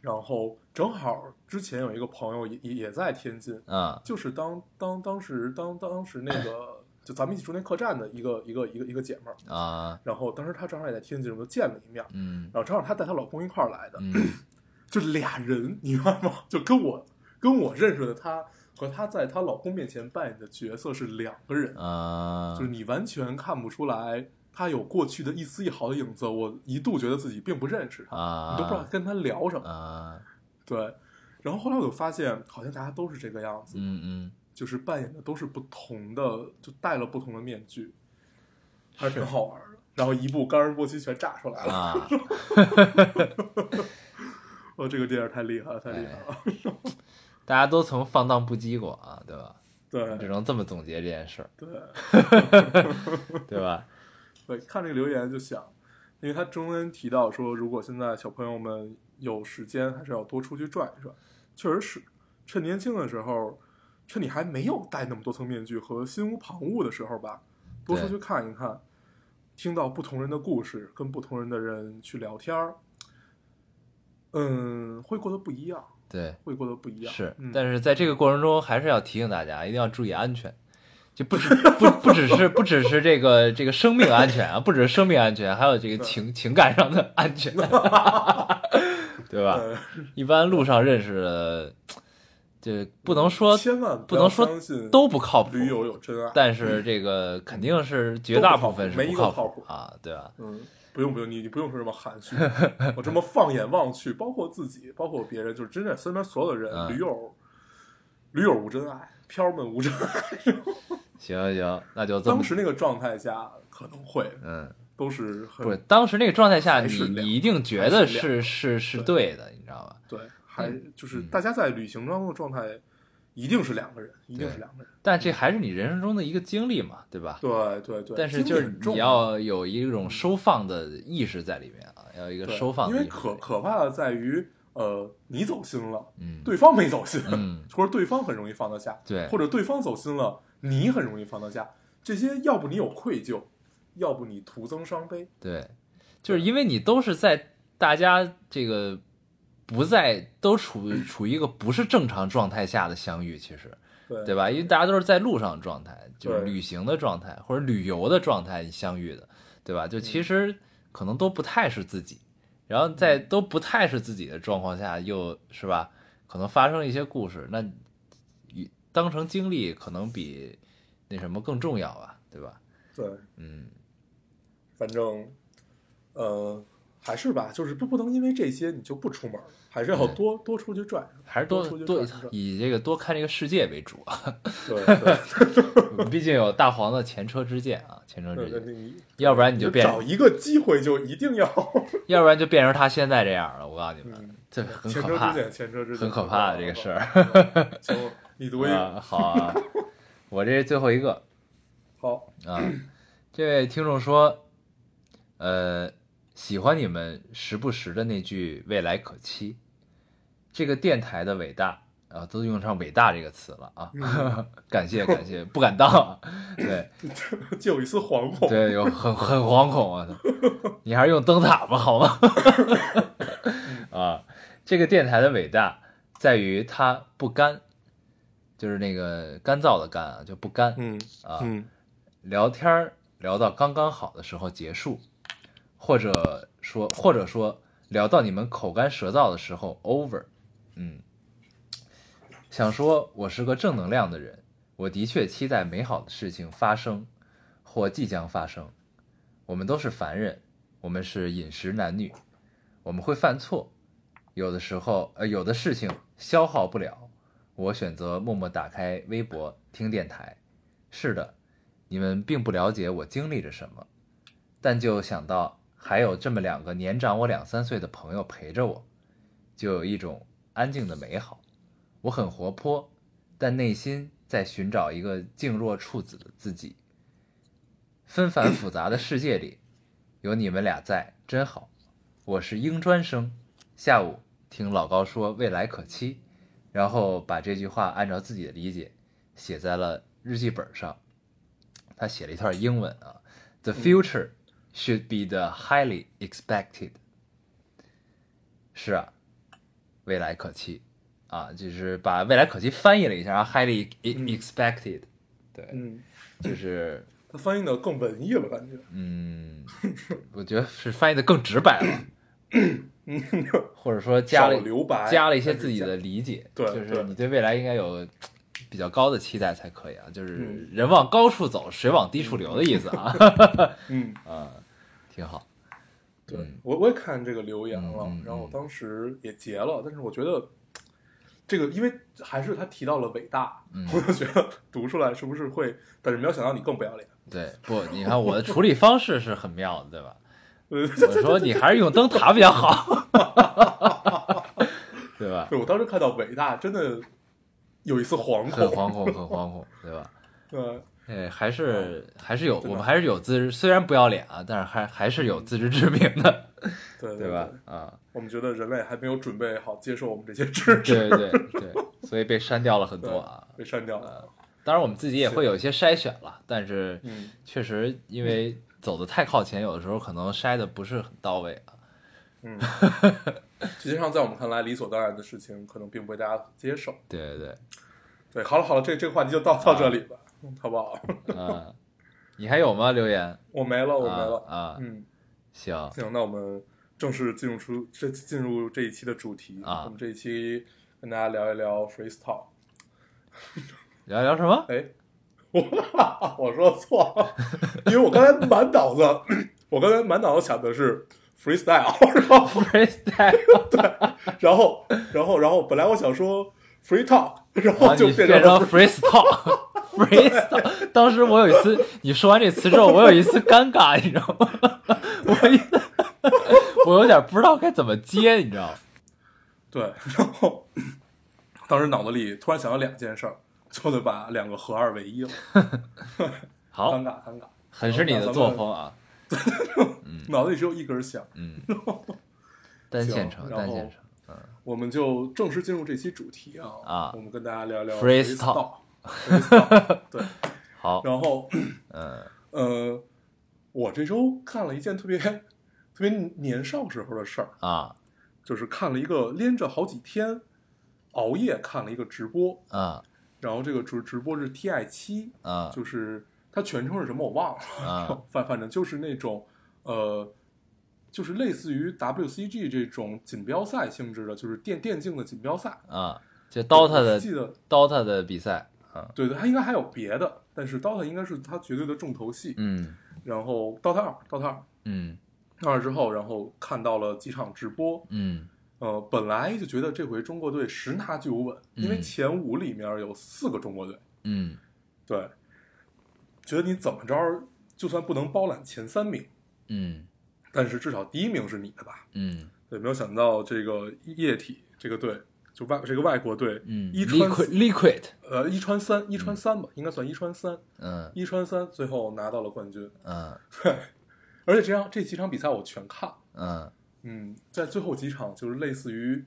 Speaker 2: 然后正好之前有一个朋友也也也在天津，
Speaker 1: 啊，
Speaker 2: 就是当当当时当当时那个就咱们一起住那客栈的一个一个一个一个姐们儿，
Speaker 1: 啊，
Speaker 2: 然后当时她正好也在天津，我们就见了一面。
Speaker 1: 嗯
Speaker 2: 然后正好她带她老公一块儿来的，
Speaker 1: 嗯
Speaker 2: 就俩人，你明白吗？就跟我跟我认识的她和她在她老公面前扮演的角色是两个人，
Speaker 1: 啊
Speaker 2: 就是，你完全看不出来她有过去的一丝一毫的影子。我一度觉得自己并不认识她，
Speaker 1: 啊，
Speaker 2: 你都不知道跟她聊什么。
Speaker 1: 啊，
Speaker 2: 对，然后后来我就发现，好像大家都是这个样子，
Speaker 1: 嗯嗯，
Speaker 2: 就是扮演的都是不同的，就戴了不同的 面具，还是挺好玩的。然后一部《冈仁波齐》全炸出来了，
Speaker 1: 啊，
Speaker 2: 哦，这个电影太厉害了，太 厉害了。
Speaker 1: 哎大家都曾放荡不羁过啊，对吧？
Speaker 2: 对
Speaker 1: 只能这么总结这件事儿，
Speaker 2: 对。
Speaker 1: 对吧？
Speaker 2: 对，看这个留言就想，因为他中间提到说，如果现在小朋友们有时间，还是要多出去转一转。确实是，趁年轻的时候，趁你还没有戴那么多层面具和心无旁骛的时候吧，多出
Speaker 1: 对
Speaker 2: 去看一看，听到不同人的故事，跟不同人的人去聊天儿，嗯，会过得不一样，
Speaker 1: 对，
Speaker 2: 会过得不一样。
Speaker 1: 是
Speaker 2: 嗯，、
Speaker 1: 但是在这个过程中，还是要提醒大家，一定要注意安全。就不 只不不只是不只是这个这个生命安全啊，不只是生命安全，还有这个情情感上的安 全，对吧？
Speaker 2: 呃，
Speaker 1: 一般路上认识的，就不能说
Speaker 2: 千万
Speaker 1: 不
Speaker 2: 要
Speaker 1: 能说
Speaker 2: 相信
Speaker 1: 都不靠谱，
Speaker 2: 驴友有真爱。
Speaker 1: 但是这个肯定是绝大部分是
Speaker 2: 都不靠
Speaker 1: 靠
Speaker 2: 谱没一个靠谱
Speaker 1: 啊，对吧？
Speaker 2: 嗯，不用不用，你你不用说这么含蓄。 我这么放眼望去，包括自己，包括别人，就是真的身边所有的人，
Speaker 1: 嗯
Speaker 2: 驴友，驴友无真爱，飘们无真 爱。
Speaker 1: 行行，那就这么
Speaker 2: 当时那个状态下，可能会
Speaker 1: 嗯，
Speaker 2: 都是
Speaker 1: 不是
Speaker 2: 很
Speaker 1: 当时那个状态下，
Speaker 2: 还
Speaker 1: 你
Speaker 2: 是两
Speaker 1: 你一定觉
Speaker 2: 还
Speaker 1: 得
Speaker 2: 是
Speaker 1: 是是是对的，你知道吧？
Speaker 2: 对，还
Speaker 1: 嗯
Speaker 2: 就是大家在旅行当中的状态，一定是两个人，一定是两个人。
Speaker 1: 但这还是你人生中的一个经历嘛，对吧？
Speaker 2: 嗯对对对，
Speaker 1: 但是
Speaker 2: 经历
Speaker 1: 就是
Speaker 2: 很重嗯
Speaker 1: 你要有一种收放的意识在里面啊，要有一个
Speaker 2: 对
Speaker 1: 收放
Speaker 2: 因
Speaker 1: 的
Speaker 2: 为
Speaker 1: 意识在里
Speaker 2: 可
Speaker 1: 面。
Speaker 2: 可怕的在于，呃，你走心了，
Speaker 1: 嗯，
Speaker 2: 对方没走心，
Speaker 1: 嗯
Speaker 2: 或者对方很容易放得下，
Speaker 1: 对
Speaker 2: 或者对方走心了，你很容易放得下。这些要不你有愧疚，要不你徒增伤悲。
Speaker 1: 对，就是因为你都是在大家这个不在都处于处于一个不是正常状态下的相遇，其实
Speaker 2: 对
Speaker 1: 对吧？因为大家都是在路上的状态，就是
Speaker 2: 对
Speaker 1: 旅行的状态或者旅游的状态相遇的，对吧？就其实可能都不太是自己，然后在都不太是自己的状况下，又是吧？可能发生了一些故事，那与当成经历可能比那什么更重要吧，对吧？
Speaker 2: 对，
Speaker 1: 嗯，
Speaker 2: 反正，呃，还是吧，就是不不能因为这些你就不出门了，还是要
Speaker 1: 对
Speaker 2: 多多出去转转。
Speaker 1: 还是
Speaker 2: 多
Speaker 1: 多
Speaker 2: 出去
Speaker 1: 多
Speaker 2: 转一转
Speaker 1: 以这个多看这个世界为主 啊，
Speaker 2: 对对
Speaker 1: 毕竟有大黄的前车之鉴啊，前车
Speaker 2: 对
Speaker 1: 之
Speaker 2: 对，
Speaker 1: 鉴，
Speaker 2: 你你
Speaker 1: 要不然你
Speaker 2: 你
Speaker 1: 就变，
Speaker 2: 找一个机会就一定要。
Speaker 1: 要不然就变成他现在这样了。我告诉你们
Speaker 2: 嗯，
Speaker 1: 这很
Speaker 2: 前
Speaker 1: 可
Speaker 2: 车
Speaker 1: 怕
Speaker 2: 之，鉴，前车之鉴，
Speaker 1: 很可怕的这个事儿。
Speaker 2: 儿。 行，你读一个
Speaker 1: 啊，好啊，我这是最后一个
Speaker 2: 好，
Speaker 1: 啊。这位听众说，呃，喜欢你们时不时的那句“未来可期”，这个电台的伟大啊，都用上“伟大”这个词了啊，
Speaker 2: 嗯
Speaker 1: 感谢感谢，不敢当 啊，对
Speaker 2: 就有一丝惶恐。
Speaker 1: 对，有很 很惶恐啊，你还是用灯塔吧，好吗？ 啊，这个电台的伟大在于它不干，就是那个干燥的干啊，就不干，
Speaker 2: 嗯
Speaker 1: 啊
Speaker 2: 嗯
Speaker 1: 聊天儿聊到刚刚好的时候结束，或者说或者说聊到你们口干舌燥的时候 over，嗯，想说我是个正能量的人，我的确期待美好的事情发生或即将发生。我们都是凡人，我们是饮食男女，我们会犯错，有的时候呃有的事情消耗不了，我选择默默打开微博听电台。是的，你们并不了解我经历着什么，但就想到还有这么两个年长我两三岁的朋友陪着我，就有一种安静的美好。我很活泼，但内心在寻找一个静若处子的自己。纷繁复杂的世界里，有你们俩在，真好。我是英专生，下午听老高说未来可期，然后把这句话按照自己的理解写在了日记本上。他写了一段英文啊，The future should be the highly expected。是啊，未来可期啊，就是把未来可期翻译了一下啊，highly e- expected，对，
Speaker 2: 嗯，
Speaker 1: 就是
Speaker 2: 他翻译的更文艺了，感觉。
Speaker 1: 嗯，我觉得是翻译的更直白了，或者说加
Speaker 2: 少
Speaker 1: 了
Speaker 2: 了留白，
Speaker 1: 加了一些自己的理解，
Speaker 2: 对
Speaker 1: 就是
Speaker 2: 对
Speaker 1: 你对未来应该有比较高的期待才可以啊，就是
Speaker 2: 嗯
Speaker 1: 人往高处走，水往低处流的意思 啊，
Speaker 2: 但是这样。嗯，
Speaker 1: 啊，挺好，
Speaker 2: 对
Speaker 1: 嗯
Speaker 2: 我我也看这个留言了，
Speaker 1: 嗯嗯
Speaker 2: 然后我
Speaker 1: 嗯
Speaker 2: 当时也截了，但是我觉得这个，因为还是他提到了伟大，
Speaker 1: 嗯
Speaker 2: 我就觉得读出来是不是会，但是没有想到你更不要脸。
Speaker 1: 对，不，你看我的处理方式是很妙的，对吧？
Speaker 2: 呃，
Speaker 1: 我说你还是用灯塔比较好，对吧？
Speaker 2: 对我当时看到伟大，真的有一丝惶
Speaker 1: 很
Speaker 2: 恐。
Speaker 1: 惶恐，很惶恐，对吧？
Speaker 2: 对，
Speaker 1: 哎，还是还是有，
Speaker 2: 真的
Speaker 1: 我们还是有自知，虽然不要脸啊，但是还还是有自知之明的，
Speaker 2: 对
Speaker 1: 对吧？？啊，
Speaker 2: 我们觉得人类还没有准备好接受我们这些知识，
Speaker 1: 嗯对对对，所以被删掉了很
Speaker 2: 对
Speaker 1: 多啊。
Speaker 2: 被删掉了。
Speaker 1: 当然，我们自己也会有一些筛选了，但是
Speaker 2: 嗯，
Speaker 1: 确实因为走的太靠前，有的时候可能筛的不是很到位啊。
Speaker 2: 嗯，实际上在我们看来理所当然的事情，可能并不被大家接受。
Speaker 1: 对对对，
Speaker 2: 对，好了好了，这这个话题就到到这里吧，好不好？
Speaker 1: 嗯，你还有吗？留言？
Speaker 2: 我哦没了，我没了。
Speaker 1: 啊啊
Speaker 2: 嗯，
Speaker 1: 行，
Speaker 2: 行，那我们正式进入出这进入这一期的主题
Speaker 1: 啊
Speaker 2: 我们这一期跟大家聊一聊 freestyle。
Speaker 1: 聊聊什 么？
Speaker 2: 哎，我我 说错了，因为我刚才满脑子， 我刚才满脑子想的是 freestyle，然 后
Speaker 1: freestyle，
Speaker 2: 然后，然后，然后，本来我想说 free talk，然
Speaker 1: 然后
Speaker 2: 后就
Speaker 1: 啊你
Speaker 2: 变
Speaker 1: 变成
Speaker 2: 了
Speaker 1: freestyle，freestyle。当时我有一次，你说完这词之后，我有一丝尴尬，你知道吗？我一 我有点不知道该怎么接，你知道吗？
Speaker 2: 对，然后当时脑子里突然想到两件事儿，就得把两个合二为一了，尴
Speaker 1: 好，
Speaker 2: 尬尴尬，
Speaker 1: 很是你的作风啊，
Speaker 2: 脑子里只有一根弦儿。
Speaker 1: 嗯，单线程，
Speaker 2: 然后
Speaker 1: 单线程，
Speaker 2: 我们就正式进入这期主题啊，
Speaker 1: 啊
Speaker 2: 我们跟大家聊聊
Speaker 1: Freestyle
Speaker 2: freestyle，freestyle，对，
Speaker 1: 好，
Speaker 2: 然后
Speaker 1: 嗯
Speaker 2: 呃，我这周看了一件特别特别年少时候的事儿，
Speaker 1: 啊
Speaker 2: 就是看了一个连着好几天熬夜看了一个直播。
Speaker 1: 啊
Speaker 2: 然后这个直直播是 TI 七，
Speaker 1: 啊
Speaker 2: 就是它全称是什么我忘了，
Speaker 1: 啊
Speaker 2: 反反正就是那种呃，就是类似于 WCG 这种锦标赛性质的，就是电电竞的锦标赛。
Speaker 1: 啊，就 DOTA
Speaker 2: 我记
Speaker 1: 的
Speaker 2: 得
Speaker 1: DOTA 的比赛，
Speaker 2: 对对，它应该还有别的，但是 DOTA 应该是它绝对的重头戏。
Speaker 1: 嗯
Speaker 2: 然后 DOTA 二，DOTA 二。
Speaker 1: 嗯
Speaker 2: 二之后，然后看到了几场直播，
Speaker 1: 嗯
Speaker 2: 呃，本来就觉得这回中国队十拿九稳，因为
Speaker 1: 嗯
Speaker 2: 前五里面有四个中国队，
Speaker 1: 嗯
Speaker 2: 对，觉得你怎么着，就算不能包揽前三名，
Speaker 1: 嗯
Speaker 2: 但是至少第一名是你的吧？
Speaker 1: 嗯
Speaker 2: 对，没有想到这个液体这个队，就外这个外国队，
Speaker 1: 嗯
Speaker 2: 一穿
Speaker 1: ，liquid 嗯 liquid，
Speaker 2: 呃一穿三，一穿三吧，应该算一穿三，
Speaker 1: 嗯
Speaker 2: 一穿三，最后拿到了冠军。
Speaker 1: 嗯
Speaker 2: 而且这样这几场比赛我全看，
Speaker 1: 嗯
Speaker 2: 嗯，在最后几场就是类似于，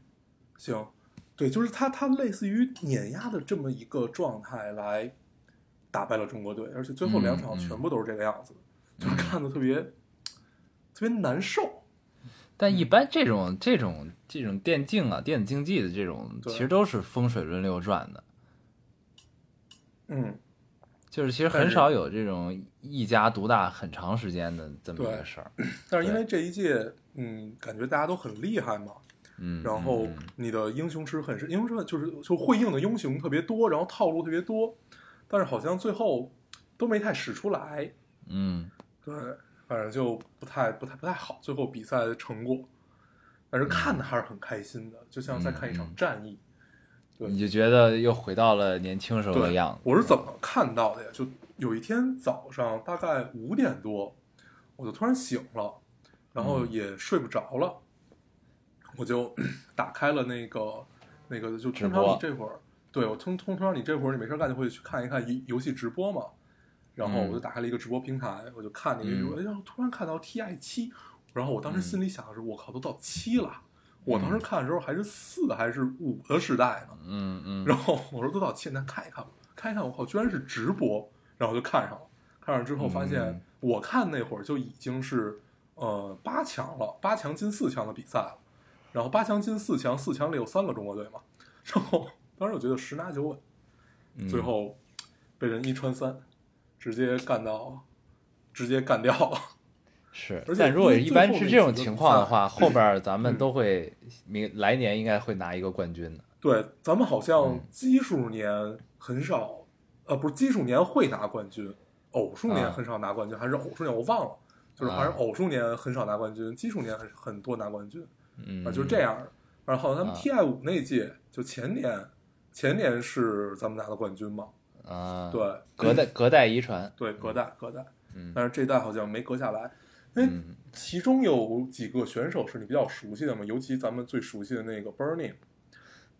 Speaker 2: 行，对，就是他他类似于碾压的这么一个状态来打败了中国队，而且最后两场
Speaker 1: 嗯嗯
Speaker 2: 全部都是这个样子，就是看的特别特别难受。
Speaker 1: 但一般这种这种这种电竞啊、电子竞技的这种，
Speaker 2: 对
Speaker 1: 其实都是风水轮流转的，
Speaker 2: 嗯，
Speaker 1: 就是其实
Speaker 2: 但
Speaker 1: 很
Speaker 2: 是
Speaker 1: 少有这种一家独大很长时间的这么一
Speaker 2: 对
Speaker 1: 个事儿。
Speaker 2: 但是因为这一届，嗯，感觉大家都很厉害嘛，
Speaker 1: 嗯，
Speaker 2: 然后
Speaker 1: 嗯
Speaker 2: 你的英雄池很深，英雄池就是就会应的英雄特别多，然后套路特别多，但是好像最后都没太使出来。
Speaker 1: 嗯，
Speaker 2: 对，反正就不太不太不太好，最后比赛的成果，但是看的还是很开心的，就像在看一场战役。对
Speaker 1: 你就觉得又回到了年轻时候的
Speaker 2: 对
Speaker 1: 样，子。
Speaker 2: 我是怎么看到的呀？就有一天早上大概五点多，我就突然醒了，然后
Speaker 1: 嗯
Speaker 2: 也睡不着了，我就打开了那个那个，就
Speaker 1: 直
Speaker 2: 通
Speaker 1: 播
Speaker 2: 常你这会儿，对我通通常你这会儿你没事干就会去看一看游游戏直播嘛，然后
Speaker 1: 嗯
Speaker 2: 我就打开了一个直播平台，我就看那个，
Speaker 1: 嗯
Speaker 2: 哎呀，突然看到 TI 七，然后我当时心里想的是，我靠，都到七了。我当时看的时候还是四还是五的时代呢，
Speaker 1: 嗯嗯，
Speaker 2: 然后我说都到现在看一看吧，看一看，我靠，居然是直播，然后就看上了。看上之后发现，
Speaker 1: 嗯
Speaker 2: 我看那会儿就已经是呃八强了，八强进四强的比赛了。然后八强进四强，四强里有三个中国队嘛。然后当时我觉得十拿九稳，
Speaker 1: 嗯
Speaker 2: 最后被人一穿三，直接干到，直接干掉了。
Speaker 1: 是
Speaker 2: 而，且
Speaker 1: 但如果
Speaker 2: 因为
Speaker 1: 一
Speaker 2: 最
Speaker 1: 般
Speaker 2: 后
Speaker 1: 是
Speaker 2: 那
Speaker 1: 这种
Speaker 2: 几个
Speaker 1: 情
Speaker 2: 比
Speaker 1: 况的
Speaker 2: 赛
Speaker 1: 话，后边儿咱们
Speaker 2: 嗯
Speaker 1: 都会明来年应该会拿一个冠军的。
Speaker 2: 对，咱们好像
Speaker 1: 嗯
Speaker 2: 奇数年很少，呃，不是奇数年会拿冠军，偶数
Speaker 1: 啊
Speaker 2: 年很少拿冠军，还是偶数年我忘了，就是
Speaker 1: 啊
Speaker 2: 还是偶数年很少拿冠军，奇数年很很多拿冠军
Speaker 1: 嗯，
Speaker 2: 啊，就是这。样的。然后咱们
Speaker 1: 啊
Speaker 2: TI 五那届就前年，前年是咱们拿的冠军嘛，
Speaker 1: 啊，，
Speaker 2: 对，
Speaker 1: 隔代隔代遗传。
Speaker 2: 对隔代隔代，
Speaker 1: 嗯
Speaker 2: 但是这一代好像没隔下来。哎，
Speaker 1: 嗯
Speaker 2: 其中有几个选手是你比较熟悉的嘛，尤其咱们最熟悉的那个 Bernie，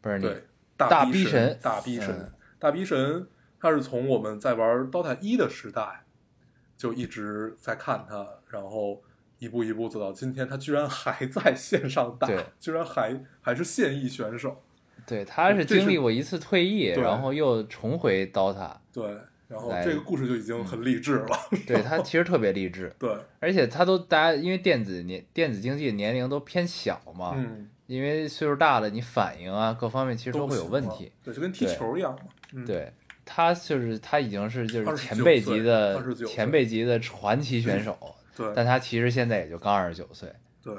Speaker 1: 不是你
Speaker 2: 对，
Speaker 1: 大
Speaker 2: 逼
Speaker 1: 逼神
Speaker 2: 大逼
Speaker 1: 嗯
Speaker 2: 神，大逼神，他是从我们在玩 DOTA 一的时代就一直在看他，然后一步一步走到今天，他居然还在线上打
Speaker 1: 对，
Speaker 2: 居然还还是现役选手，
Speaker 1: 对，他是
Speaker 2: 这是
Speaker 1: 经历过一次退役，
Speaker 2: 对
Speaker 1: 然后又重回 DOTA。
Speaker 2: 对，然后
Speaker 1: 来嗯
Speaker 2: 这个故事就已经很励志了，
Speaker 1: 对他其实特别励志，
Speaker 2: 对，
Speaker 1: 而且他都大家因为电子年电子竞技年龄都偏小嘛，
Speaker 2: 嗯，
Speaker 1: 因为岁数大了，你反应啊各方面其实都
Speaker 2: 不
Speaker 1: 会有
Speaker 2: 行
Speaker 1: 问
Speaker 2: 了
Speaker 1: 题。，
Speaker 2: 对，就跟踢
Speaker 1: 对
Speaker 2: 球一样嘛，嗯，
Speaker 1: 对他就是他已经是就是
Speaker 2: 29
Speaker 1: 前辈级
Speaker 2: 岁
Speaker 1: 的
Speaker 2: 29岁嗯
Speaker 1: 前辈级的传奇选手，
Speaker 2: 对
Speaker 1: 但嗯他其实现在也就刚二十九岁。
Speaker 2: 对，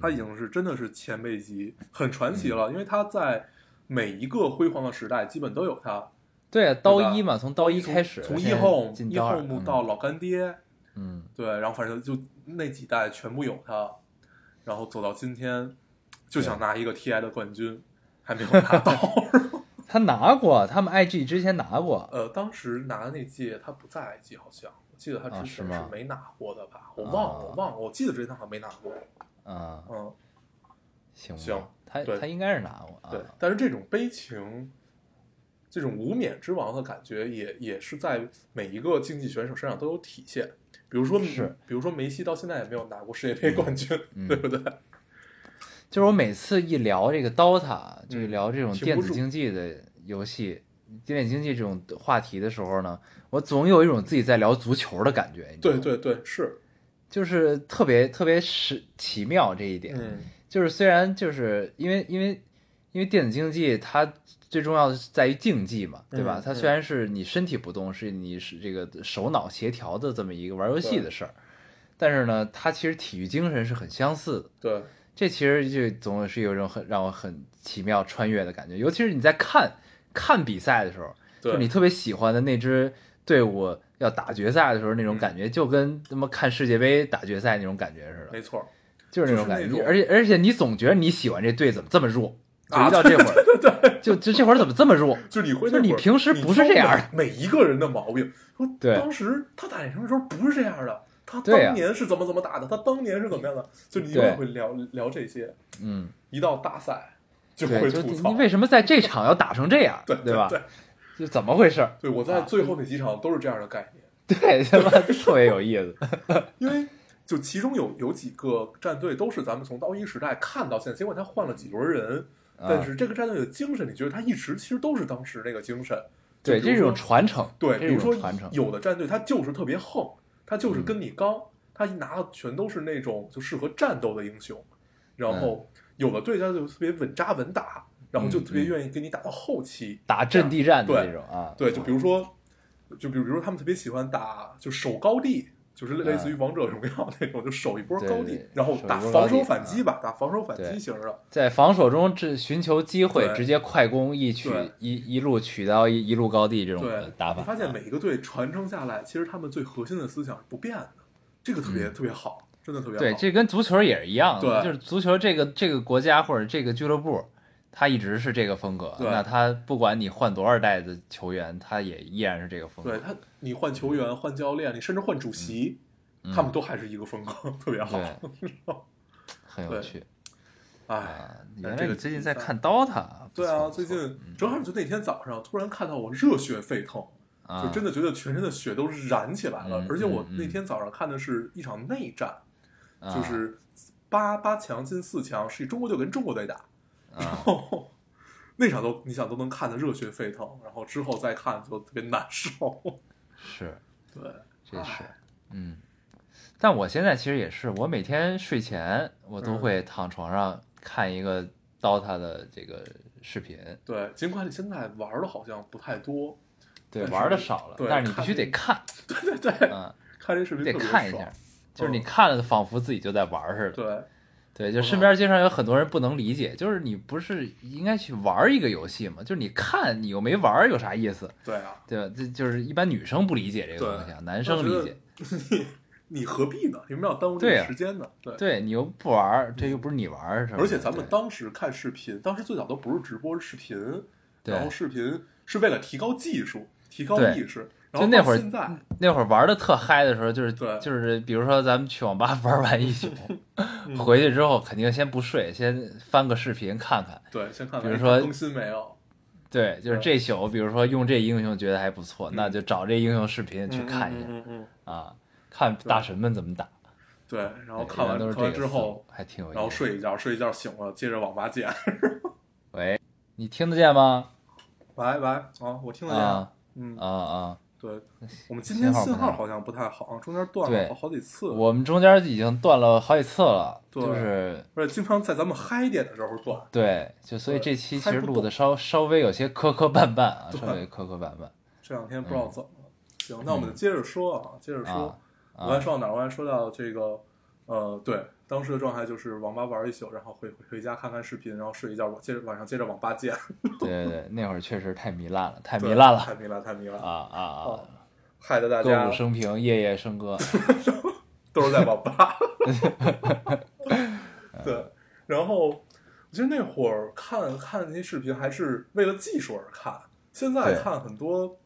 Speaker 2: 他已经是真的是前辈级，很传奇
Speaker 1: 嗯
Speaker 2: 了，因为他在每一个辉煌的时代，基本都有他。
Speaker 1: 对啊，刀一
Speaker 2: 吧
Speaker 1: 嘛，从刀一
Speaker 2: 从
Speaker 1: 开始，
Speaker 2: 从
Speaker 1: 现
Speaker 2: 一
Speaker 1: 在
Speaker 2: home
Speaker 1: 进
Speaker 2: 一
Speaker 1: 刀二
Speaker 2: home
Speaker 1: 嗯
Speaker 2: 到老干爹，
Speaker 1: 嗯
Speaker 2: 对，然后反正就那几代全部有他，然后走到今天，就想拿一个 TI 的冠军，还没有拿 到。
Speaker 1: 他拿过，他们 IG 之前拿过，
Speaker 2: 呃，当时拿的那届他不在 IG，好像我记得他
Speaker 1: 啊
Speaker 2: 之
Speaker 1: 是
Speaker 2: 前是
Speaker 1: 吗
Speaker 2: 没拿过的吧？我忘了，我
Speaker 1: 啊
Speaker 2: 忘了，我记得之前他好像没拿过。
Speaker 1: 啊，
Speaker 2: 嗯，
Speaker 1: 行吧
Speaker 2: 行
Speaker 1: 他
Speaker 2: 对
Speaker 1: 他应该是拿过啊
Speaker 2: 对，，但是这种悲情，这种无冕之王的感觉也，也是在每一个竞技选手身上都有体现。比如说，
Speaker 1: 是
Speaker 2: 比如说梅西到现在也没有拿过世界杯冠军，
Speaker 1: 嗯
Speaker 2: 对不对？
Speaker 1: 就是我每次一聊这个 DOTA，就是
Speaker 2: 嗯
Speaker 1: 聊这种
Speaker 2: 停不
Speaker 1: 电子
Speaker 2: 住
Speaker 1: 竞技的游戏、电子竞技这种话题的时候呢，我总有一种自己在聊足球的感觉，你知道
Speaker 2: 对
Speaker 1: 吗，
Speaker 2: 对对，是，
Speaker 1: 就是特别特别是奇妙这一点，
Speaker 2: 嗯，
Speaker 1: 就是虽然就是因为因为因为电子竞技它最重要的是在于竞技嘛，对吧？
Speaker 2: 嗯
Speaker 1: 它
Speaker 2: 嗯
Speaker 1: 虽然是你身体不动，是你是这个手脑协调的这么一个玩游戏的事儿，但是呢，它其实体育精神是很相似的。
Speaker 2: 对，
Speaker 1: 这其实就总是有一种很让我很奇妙穿越的感觉，尤其是你在看看比赛的时候，就
Speaker 2: 对，
Speaker 1: 你特别喜欢的那支队伍要打决赛的时候，那种
Speaker 2: 嗯
Speaker 1: 感觉就跟他妈看世界杯打决赛那种感觉似的。
Speaker 2: 没错儿，
Speaker 1: 就是那种感
Speaker 2: 就
Speaker 1: 觉，
Speaker 2: 是那种啊
Speaker 1: 而且而且你总觉得你喜欢这队怎么这么弱，就一到这会 儿，就就这会儿怎么这么弱？
Speaker 2: 就你会
Speaker 1: 就是
Speaker 2: 那
Speaker 1: 你
Speaker 2: 会儿
Speaker 1: 平时不是这样的
Speaker 2: 你挑每每一个人的毛病，说
Speaker 1: 对
Speaker 2: 当时他打那什么时候不是这样的，他
Speaker 1: 对呀
Speaker 2: 当年是怎么怎么打的，他当年是怎么样的，就你永
Speaker 1: 对
Speaker 2: 远会聊聊这些，
Speaker 1: 嗯，
Speaker 2: 一到大赛就
Speaker 1: 对，
Speaker 2: 会
Speaker 1: 就
Speaker 2: 吐
Speaker 1: 你
Speaker 2: 槽
Speaker 1: 你。为什么在这场要打成这样，
Speaker 2: 对
Speaker 1: 吧？
Speaker 2: 对，
Speaker 1: 就怎么回事？
Speaker 2: 对，我在最后那几场都是这样的概念，
Speaker 1: 对，他妈特别有意思。
Speaker 2: 因为就其中有有几个战队都是咱们从刀一时代看到现在，尽管他换了几轮人，
Speaker 1: 啊
Speaker 2: 但是这个战队的精神，你觉得他一直其实都是当时那个精神。就
Speaker 1: 对，
Speaker 2: 比
Speaker 1: 这
Speaker 2: 如
Speaker 1: 是一
Speaker 2: 说
Speaker 1: 种传承，
Speaker 2: 对，
Speaker 1: 这
Speaker 2: 比
Speaker 1: 是一
Speaker 2: 如
Speaker 1: 种
Speaker 2: 说
Speaker 1: 传承，嗯
Speaker 2: 有的战队他就是特别横，他就是跟你刚，他一拿的全都是那种就适合战斗的英雄，然后有的队他就特别稳扎稳打，然后就
Speaker 1: 嗯
Speaker 2: 特别
Speaker 1: 嗯
Speaker 2: 愿意跟你打到后期。
Speaker 1: 打阵地战的
Speaker 2: 对
Speaker 1: 那种啊，
Speaker 2: 对，就比如说，就比如比如他们特别喜欢打就守高地，就是类类似于王者荣耀那种，就守一波
Speaker 1: 对
Speaker 2: 高
Speaker 1: 嗯对
Speaker 2: 地，然后
Speaker 1: 守一
Speaker 2: 打
Speaker 1: 波
Speaker 2: 防
Speaker 1: 高地嗯
Speaker 2: 守反击吧，打防守反
Speaker 1: 对
Speaker 2: 击型的。
Speaker 1: 在防守中只寻求机会，
Speaker 2: 对
Speaker 1: 直接快攻一取
Speaker 2: 对
Speaker 1: 一一路取到一一路高地这种
Speaker 2: 对，
Speaker 1: 打法，啊嗯
Speaker 2: 你发现每一个队传承下来，其实他们最核心的思想是不变的，这个特别、
Speaker 1: 嗯
Speaker 2: 特别好，真的特别好。
Speaker 1: 对，这跟足球也是一样的，
Speaker 2: 对
Speaker 1: 就是足球这个这个国家或者这个俱乐部，它一直是这个风格。
Speaker 2: 对
Speaker 1: 那他不管你换多少代的球员，他也依然是这个风格。
Speaker 2: 对他，你换球员、换教练，你甚至换主席，
Speaker 1: 嗯
Speaker 2: 他们都还是一个风格，特别好。
Speaker 1: 对 很有
Speaker 2: 对
Speaker 1: 趣
Speaker 2: 哎，
Speaker 1: 啊！
Speaker 2: 但
Speaker 1: 原
Speaker 2: 这
Speaker 1: 来
Speaker 2: 个
Speaker 1: 你最近
Speaker 2: 比
Speaker 1: 在
Speaker 2: 赛
Speaker 1: 看 DOTA，
Speaker 2: 对啊，
Speaker 1: 不错
Speaker 2: 最
Speaker 1: 不错嗯
Speaker 2: 近正好就那天早上突然看到我热血沸腾，
Speaker 1: 啊，
Speaker 2: 就真的觉得全身的血都燃起来了
Speaker 1: 嗯。
Speaker 2: 而且我
Speaker 1: 嗯嗯
Speaker 2: 那天早上看的是一场内战，
Speaker 1: 啊
Speaker 2: 就是八八强进四强，是中国队跟中国队打，
Speaker 1: 啊，
Speaker 2: 哦，那场都你想都能看得热血沸腾，然后之后再看就特别难受。
Speaker 1: 是
Speaker 2: 对，
Speaker 1: 这是
Speaker 2: 哎
Speaker 1: 嗯。但我现在其实也是，我每天睡前我都
Speaker 2: 嗯
Speaker 1: 会躺床上看一个 DOTA 的这个视频，
Speaker 2: 对，尽管你现在玩的好像不太 多，
Speaker 1: 对，
Speaker 2: 但是
Speaker 1: 玩的少了，
Speaker 2: 对
Speaker 1: 但是你必须得看，
Speaker 2: 对对对，
Speaker 1: 嗯，
Speaker 2: 看这视频
Speaker 1: 得
Speaker 2: 特别
Speaker 1: 看一
Speaker 2: 爽嗯
Speaker 1: 下，就是你看了，仿佛自己就在玩儿似的。
Speaker 2: 对嗯
Speaker 1: 对，就身边经常有很多人不能理解，就是你不是应该去玩一个游戏吗？就是你看，你又没玩儿，有啥意思？
Speaker 2: 对啊，
Speaker 1: 对吧？这就是一般女生不理解这个东西啊，男生理解。
Speaker 2: 你何必呢？你们要耽误这
Speaker 1: 对
Speaker 2: 个
Speaker 1: 啊
Speaker 2: 时间呢？对，
Speaker 1: 对你又不玩儿，这又不是你玩儿，是吧？
Speaker 2: 而且咱们
Speaker 1: 对啊
Speaker 2: 当时看视频，当时最早都不是直播，是视频，
Speaker 1: 对
Speaker 2: 然后视频是为了提高技术，提高
Speaker 1: 对
Speaker 2: 意识。
Speaker 1: 就
Speaker 2: 然后
Speaker 1: 那
Speaker 2: 到
Speaker 1: 会儿嗯
Speaker 2: 现在，
Speaker 1: 那会儿玩的特嗨的时候，就是
Speaker 2: 对
Speaker 1: 就是，比如说咱们去网吧玩完一宿，
Speaker 2: 嗯
Speaker 1: 回去之后肯定先不睡，先翻个视频看看。
Speaker 2: 对，先看看
Speaker 1: 比如
Speaker 2: 哎
Speaker 1: 说
Speaker 2: 更新没有，
Speaker 1: 对，就是
Speaker 2: 对
Speaker 1: 这宿，比如说用这英雄觉得还不错，
Speaker 2: 嗯
Speaker 1: 那就找这英雄视频去看一下、
Speaker 2: 嗯嗯嗯嗯
Speaker 1: 啊，看大神们怎么打。
Speaker 2: 对，然后
Speaker 1: 对
Speaker 2: 看完
Speaker 1: 一般都是
Speaker 2: 看
Speaker 1: 这
Speaker 2: 完
Speaker 1: 个
Speaker 2: 之
Speaker 1: 思路
Speaker 2: 后，
Speaker 1: 还挺有意思。
Speaker 2: 然后。睡一觉，睡一觉醒了，接着网吧 见。
Speaker 1: 喂，你听得见吗？
Speaker 2: 喂喂，啊，我听得见。
Speaker 1: 啊
Speaker 2: 嗯，
Speaker 1: 啊啊！
Speaker 2: 对，我们今天
Speaker 1: 信号不
Speaker 2: 信
Speaker 1: 太好
Speaker 2: 号好像不太好，中间断
Speaker 1: 对
Speaker 2: 了好好几次，
Speaker 1: 我们中间已经断了好几次了，
Speaker 2: 对
Speaker 1: 就是
Speaker 2: 而且经常在咱们嗨点的时候断。
Speaker 1: 对，就所以这期其
Speaker 2: 还
Speaker 1: 实
Speaker 2: 不
Speaker 1: 录
Speaker 2: 懂
Speaker 1: 的稍稍微有些磕磕绊绊啊，
Speaker 2: 对
Speaker 1: 稍微磕磕绊绊。
Speaker 2: 这两天不知道怎么了。行，那我们接着说啊，接着说
Speaker 1: 嗯啊，
Speaker 2: 我刚才说到哪儿？我刚才说到这个，呃，对，当时的状态就是网吧玩一宿，然后回回回家看看视频，然后睡一觉，我接着晚上接着网吧见。
Speaker 1: 对对对，那会儿确实太糜烂了，太
Speaker 2: 对
Speaker 1: 糜烂
Speaker 2: 太
Speaker 1: 了
Speaker 2: 糜烂，太糜烂
Speaker 1: 啊，啊啊！
Speaker 2: 哦害得大
Speaker 1: 歌
Speaker 2: 家
Speaker 1: 舞升平，夜夜笙 歌。
Speaker 2: 都是在网 吧。对，然后我觉得那会儿看看那些视频还是为了技术而看，现在
Speaker 1: 对
Speaker 2: 看很多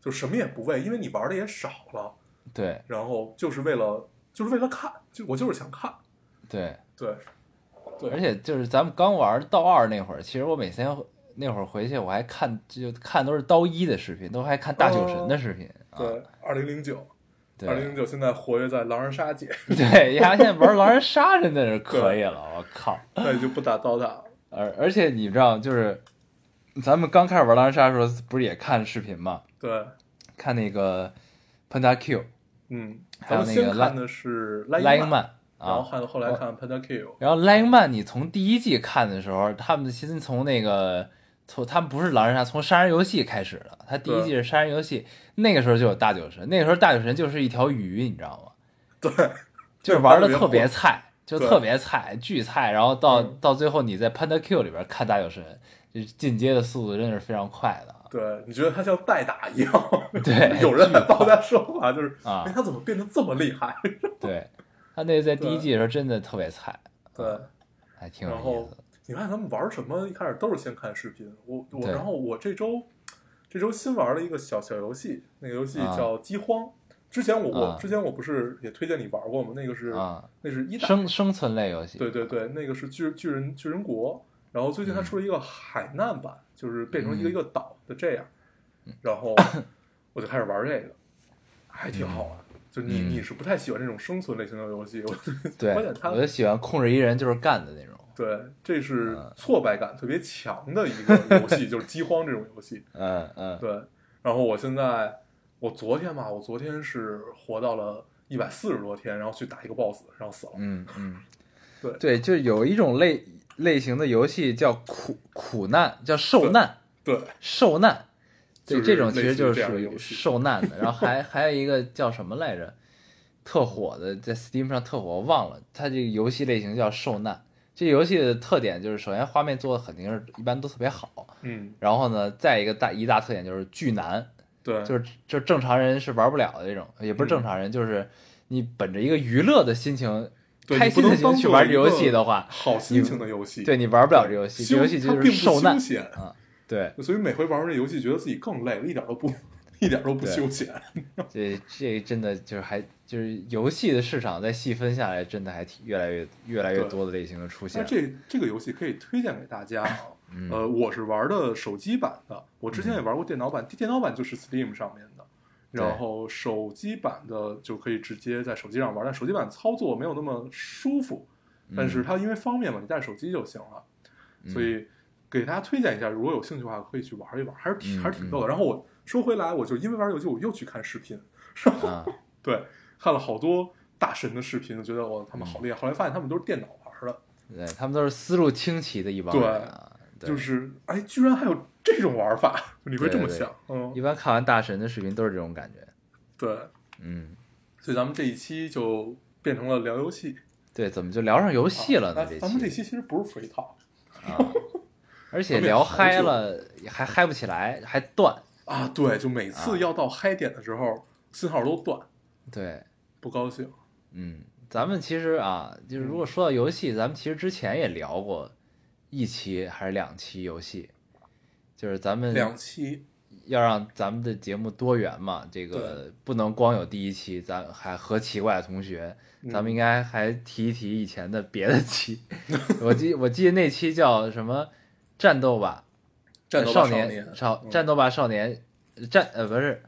Speaker 2: 就什么也不为，因为你玩的也少了，
Speaker 1: 对
Speaker 2: 然后就是为了就是为了看，就我就是想看，
Speaker 1: 对，
Speaker 2: 对，对，
Speaker 1: 而且就是咱们刚玩刀二那会儿，其实我每天那会儿回去，我还看就看都是刀一的视频，都还看大酒神的视频。啊
Speaker 2: 对，二零零九，哦二零
Speaker 1: 对
Speaker 2: 零九现在活跃在狼人杀 界，
Speaker 1: 对，丫现在玩狼人杀真的是可以了，我靠！
Speaker 2: 那也就不打 DOTA 了，
Speaker 1: 而而且你知道，就是咱们刚开始玩狼人杀的时候，不是也看视频嘛？
Speaker 2: 对，
Speaker 1: 看那个 Panda Q
Speaker 2: 嗯，
Speaker 1: 还
Speaker 2: 咱
Speaker 1: 有
Speaker 2: 们
Speaker 1: 那
Speaker 2: 先
Speaker 1: 个
Speaker 2: 看的是 l
Speaker 1: Lying
Speaker 2: Man，
Speaker 1: Man
Speaker 2: 然后
Speaker 1: 啊，
Speaker 2: 还有后来看 Pentakill，
Speaker 1: 然后 Lying Man 你从第一季看的时候，他们先从那个从他们不是狼人杀，从杀人游戏开始的。他第一
Speaker 2: 对
Speaker 1: 季是杀人游戏，那个时候就有大酒神，那个时候大酒神就是一条鱼，你知道吗？
Speaker 2: 对，
Speaker 1: 就是玩的
Speaker 2: 对
Speaker 1: 特别
Speaker 2: 玩得特别
Speaker 1: 菜，就
Speaker 2: 对
Speaker 1: 特别菜，巨菜。然后到
Speaker 2: 嗯
Speaker 1: 到最后你在 Panda Q 里边看大酒神，就是进阶的速度真的是非常快的啊。
Speaker 2: 对，你觉得他像代打一样？
Speaker 1: 对
Speaker 2: 有人还帮他说话，就是
Speaker 1: 啊
Speaker 2: 哎，他怎么变得这么厉 害？
Speaker 1: 对，他那个在第一
Speaker 2: 对
Speaker 1: 季的时候真的特别菜，
Speaker 2: 对，
Speaker 1: 还挺有
Speaker 2: 然
Speaker 1: 意
Speaker 2: 后
Speaker 1: 思的。
Speaker 2: 你看他们玩什么，一开始都是先看视频。我我，
Speaker 1: 对
Speaker 2: 然后我这周这周新玩了一个小小游戏，那个游戏
Speaker 1: 啊
Speaker 2: 叫《饥荒》。之前我
Speaker 1: 啊
Speaker 2: 我之前我不是也推荐你玩过吗？那个是
Speaker 1: 啊，
Speaker 2: 那是一代，
Speaker 1: 生生存类游戏，
Speaker 2: 对对对，那个是巨巨人巨人国。然后最近还出了一个海难版，就是变成一个
Speaker 1: 嗯
Speaker 2: 一个岛的这样。然后我就开始玩这个，还挺好玩。就你、
Speaker 1: 嗯
Speaker 2: 你是不太喜欢这种生存类型的游戏，我
Speaker 1: 对，
Speaker 2: 关键它
Speaker 1: 我就喜欢控制一人就是干的那种。
Speaker 2: 对，这是
Speaker 1: 嗯
Speaker 2: 挫败感特别强的一个游戏，就是饥荒这种游戏。
Speaker 1: 嗯嗯，
Speaker 2: 对，然后我现在，我昨天吧，我昨天是活到了一百四十多天，然后去打一个 BOSS，然后死了。
Speaker 1: 嗯嗯，
Speaker 2: 对
Speaker 1: 对，就有一种类类型的游戏叫苦苦难，叫受难。
Speaker 2: 对，
Speaker 1: 受难，对、
Speaker 2: 就是
Speaker 1: 这种其
Speaker 2: 类
Speaker 1: 实
Speaker 2: 似于
Speaker 1: 就
Speaker 2: 这
Speaker 1: 是
Speaker 2: 样
Speaker 1: 属
Speaker 2: 的
Speaker 1: 于
Speaker 2: 游戏
Speaker 1: 受难的。然后还还有一个叫什么来着，特火的，在 Steam 上特火，我忘了。它这个游戏类型叫受难。这游戏的特点就是，首先画面做的肯定是一般都特别好，
Speaker 2: 嗯，
Speaker 1: 然后呢，再一个大一大特点就是巨难，
Speaker 2: 对，
Speaker 1: 就是就是正常人是玩不了的这种，也不是
Speaker 2: 嗯
Speaker 1: 正常人，就是你本着一个娱乐的心情、
Speaker 2: 对
Speaker 1: 开
Speaker 2: 你不
Speaker 1: 心的
Speaker 2: 能
Speaker 1: 心
Speaker 2: 当
Speaker 1: 情去
Speaker 2: 做
Speaker 1: 玩
Speaker 2: 一
Speaker 1: 这游
Speaker 2: 个
Speaker 1: 戏的话，
Speaker 2: 好心情的游戏，
Speaker 1: 对你玩不了这游戏，这
Speaker 2: 休
Speaker 1: 游戏
Speaker 2: 它
Speaker 1: 就
Speaker 2: 并
Speaker 1: 是
Speaker 2: 不
Speaker 1: 受难
Speaker 2: 休，闲，
Speaker 1: 对。
Speaker 2: 所以每回玩完这游戏，觉得自己更累了，一点都不，一点都不
Speaker 1: 对
Speaker 2: 休闲。
Speaker 1: 这这真的就是还就是游戏的市场再细分下来，真的还挺越来越越来越多的类型的出
Speaker 2: 那
Speaker 1: 现。
Speaker 2: 啊这这个游戏可以推荐给大家啊。
Speaker 1: 嗯
Speaker 2: 呃，我是玩的手机版的，我之前也玩过电脑版，电脑版就是 Steam 上面的，
Speaker 1: 对
Speaker 2: 然后手机版的就可以直接在手机上玩，但手机版操作没有那么舒服，
Speaker 1: 嗯
Speaker 2: 但是它因为方便嘛，你带手机就行了，所以给大家推荐一下，如果有兴趣的话可以去玩一玩，还是挺
Speaker 1: 嗯
Speaker 2: 还是挺逗的。然后我说回来，我就因为玩游戏，我又去看视频，
Speaker 1: 啊，
Speaker 2: 对，看了好多大神的视频，我觉得我他们
Speaker 1: 嗯
Speaker 2: 好厉害，后来发现他们都是电脑玩的。
Speaker 1: 对他们都是思路清奇的一帮人啊，对
Speaker 2: 就是哎，居然还有这种玩法，你会这么想，
Speaker 1: 一
Speaker 2: 嗯，
Speaker 1: 般看完大神的视频都是这种感觉。
Speaker 2: 对，
Speaker 1: 嗯，
Speaker 2: 所以咱们这一期就变成了聊游戏，
Speaker 1: 对，怎么就聊上游戏了呢？
Speaker 2: 啊
Speaker 1: 这
Speaker 2: 咱们这
Speaker 1: 期
Speaker 2: 期其实不是 free talk
Speaker 1: 啊，而且聊嗨了还嗨不起来，还断。
Speaker 2: 啊，对，就每次要到嗨点的时候，信号都断，
Speaker 1: 对，
Speaker 2: 不高兴，
Speaker 1: 嗯，咱们其实啊，就是
Speaker 2: 嗯
Speaker 1: 如果说到游戏，咱们其实之前也聊过一期还是两期游戏，就是咱们
Speaker 2: 两期，
Speaker 1: 要让咱们的节目多元嘛，这个不能光有第一期，咱还和奇怪的同学，
Speaker 2: 嗯
Speaker 1: 咱们应该还提一提以前的别的期。 我记我记得那期叫什么“战斗吧
Speaker 2: 战斗吧
Speaker 1: 少啊
Speaker 2: 年，
Speaker 1: 少
Speaker 2: 嗯
Speaker 1: 战斗吧少年”战呃不是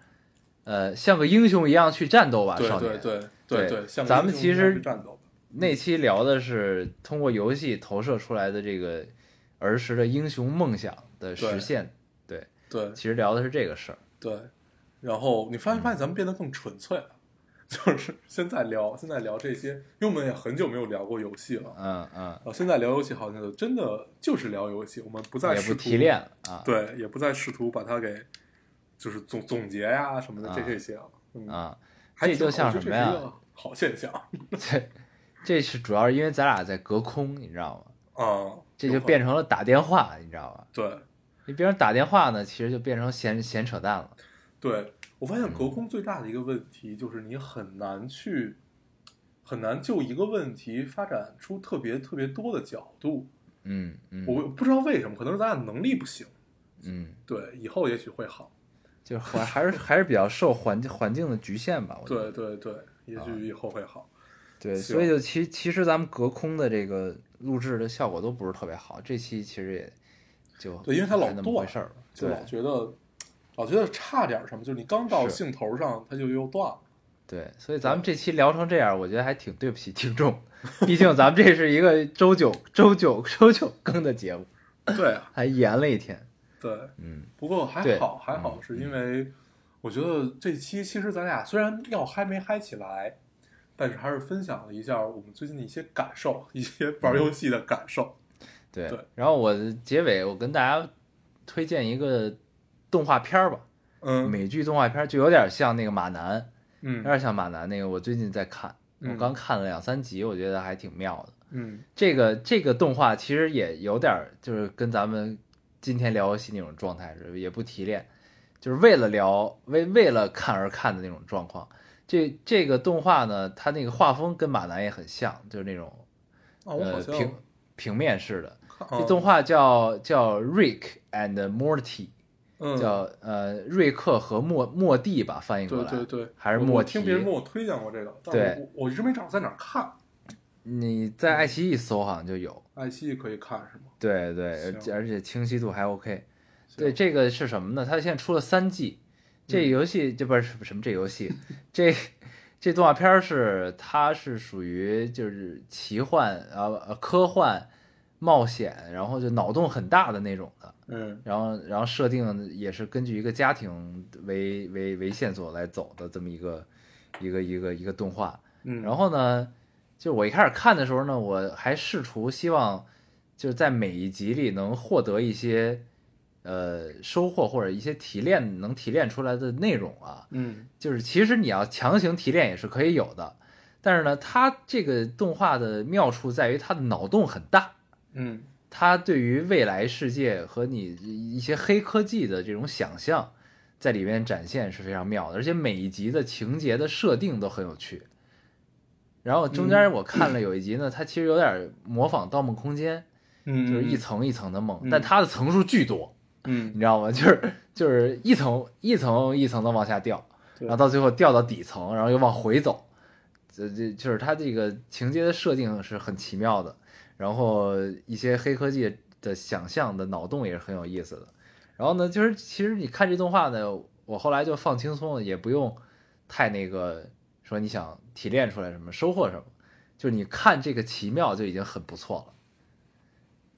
Speaker 1: 呃像个英雄一样去战斗吧
Speaker 2: 对
Speaker 1: 少年。
Speaker 2: 对对
Speaker 1: 对
Speaker 2: 对，像
Speaker 1: 咱们
Speaker 2: 英雄
Speaker 1: 其
Speaker 2: 一样
Speaker 1: 实
Speaker 2: 去战斗，
Speaker 1: 那期聊的是通过游戏投射出来的这个儿时的英雄梦想的实现。对，
Speaker 2: 对
Speaker 1: 其实聊的是这个事儿。
Speaker 2: 对，然后你发现发现咱们变得更纯粹了。 就是现在聊，现在聊这些，因为我们也很久没有聊过游戏了。
Speaker 1: 嗯嗯，
Speaker 2: 啊，现在聊游戏好像就真的就是聊游戏，我们不再
Speaker 1: 也
Speaker 2: 试
Speaker 1: 不
Speaker 2: 图
Speaker 1: 提炼了啊。
Speaker 2: 对，也不再试图把它给就是总总结呀、什么的这
Speaker 1: 啊
Speaker 2: 这些了。嗯，
Speaker 1: 啊，
Speaker 2: 还
Speaker 1: 这
Speaker 2: 挺
Speaker 1: 就
Speaker 2: 好
Speaker 1: 像
Speaker 2: 我觉
Speaker 1: 什
Speaker 2: 得
Speaker 1: 么
Speaker 2: 这
Speaker 1: 呀
Speaker 2: 是一个好现象
Speaker 1: 这这是主要是因为咱俩在隔空，你知道吗？
Speaker 2: 啊，
Speaker 1: 这
Speaker 2: 有
Speaker 1: 就
Speaker 2: 可
Speaker 1: 变成了打电话，你知道吧？
Speaker 2: 对
Speaker 1: 你变成打电话呢，其实就变成闲闲扯淡了。
Speaker 2: 对。我发
Speaker 1: 嗯
Speaker 2: 现隔空最大的一个问题就是你很难去很难就一个问题发展出特别特别多的角度。
Speaker 1: 嗯嗯
Speaker 2: 我不知道为什么，可能是咱俩能力不行。
Speaker 1: 嗯，
Speaker 2: 对，以后也许会好。
Speaker 1: 就是还还是还是比较受环境环境的局限吧。我觉
Speaker 2: 对
Speaker 1: 得
Speaker 2: 对对，也
Speaker 1: 啊
Speaker 2: 许以后会好。
Speaker 1: 对，
Speaker 2: 行
Speaker 1: 所以就其其实咱们隔空的这个录制的效果都不是特别好。这期其实也就
Speaker 2: 对因为它老
Speaker 1: 还那么回
Speaker 2: 断
Speaker 1: 事儿。
Speaker 2: 就
Speaker 1: 对
Speaker 2: 老觉得老觉得差点什么，就是你刚到
Speaker 1: 是
Speaker 2: 兴头上，它就又断了。
Speaker 1: 对，所以咱们这期聊成这样，我觉得还挺对不起听众， 毕竟咱们这是一个周九周九周九更的节目，
Speaker 2: 对啊，
Speaker 1: 还延了一天。
Speaker 2: 对，
Speaker 1: 嗯。
Speaker 2: 不过还
Speaker 1: 对嗯
Speaker 2: 好还好，是因为我觉得这期其实咱俩虽然要嗨没嗨起来，但是还是分享了一下我们最近的一些感受，一些
Speaker 1: 嗯
Speaker 2: 玩游戏的感受。
Speaker 1: 对，
Speaker 2: 对
Speaker 1: 然后我的结尾，我跟大家推荐一个动画片儿吧，
Speaker 2: 嗯
Speaker 1: 美剧动画片儿，就有点像那个马南，有
Speaker 2: 嗯
Speaker 1: 点像马南那个。我最近在看，我
Speaker 2: 嗯
Speaker 1: 刚看了两三集，我觉得还挺妙的。
Speaker 2: 嗯
Speaker 1: 这个这个动画其实也有点儿，就是跟咱们今天聊游戏那种状态是，也不提炼，就是为了聊为为了看而看的那种状况。这这个动画呢，它那个画风跟马南也很像，就是那种
Speaker 2: 啊，我好
Speaker 1: 呃
Speaker 2: 像哦嗯
Speaker 1: 平平面式的，
Speaker 2: 看
Speaker 1: 这动画叫叫 Rick and Morty，、
Speaker 2: 嗯
Speaker 1: 叫呃瑞克和莫莫蒂吧，翻译过
Speaker 2: 对
Speaker 1: 来。
Speaker 2: 对对，
Speaker 1: 还是
Speaker 2: 我
Speaker 1: 莫
Speaker 2: 我听别人
Speaker 1: 提
Speaker 2: 跟我推荐过这个，但
Speaker 1: 对
Speaker 2: 我我我一直没找在哪儿看，
Speaker 1: 你在爱奇艺搜好像就有。
Speaker 2: 爱奇艺可以看是吗？
Speaker 1: 对对，而且
Speaker 2: 行
Speaker 1: 而且清晰度还 OK。
Speaker 2: 行嗯
Speaker 1: 对，这个是什么呢？它现在出了三季，这游戏这不是什么这游戏，这这动画片儿是它是属于就是奇幻啊、呃科幻、冒险，然后就脑洞很大的那种的。
Speaker 2: 嗯
Speaker 1: 然后，然后设定也是根据一个家庭为为为线索来走的这么一个一个一个一个动画。
Speaker 2: 嗯，
Speaker 1: 然后呢，就我一开始看的时候呢，我还试图希望就是在每一集里能获得一些呃收获或者一些提炼能提炼出来的内容啊。
Speaker 2: 嗯
Speaker 1: 就是其实你要强行提炼也是可以有的，但是呢，它这个动画的妙处在于它的脑洞很大。
Speaker 2: 嗯
Speaker 1: 他对于未来世界和你一些黑科技的这种想象，在里面展现是非常妙的，而且每一集的情节的设定都很有趣。然后中
Speaker 2: 嗯
Speaker 1: 间我看了有一集呢，它其实有点模仿《盗梦空间》，
Speaker 2: 嗯，
Speaker 1: 就是一层一层的梦，
Speaker 2: 嗯
Speaker 1: 但它的层数巨多，
Speaker 2: 嗯
Speaker 1: 你知道吗？ 就是就是一层一层一层的往下掉，
Speaker 2: 对
Speaker 1: 然后到最后掉到底层，然后又往回走，这这就是它这个情节的设定是很奇妙的，然后一些黑科技的想象的脑洞也是很有意思的。然后呢，就是其实你看这动画呢，我后来就放轻松了，也不用太那个说你想提炼出来什么收获什么，就是你看这个奇妙就已经很不错了，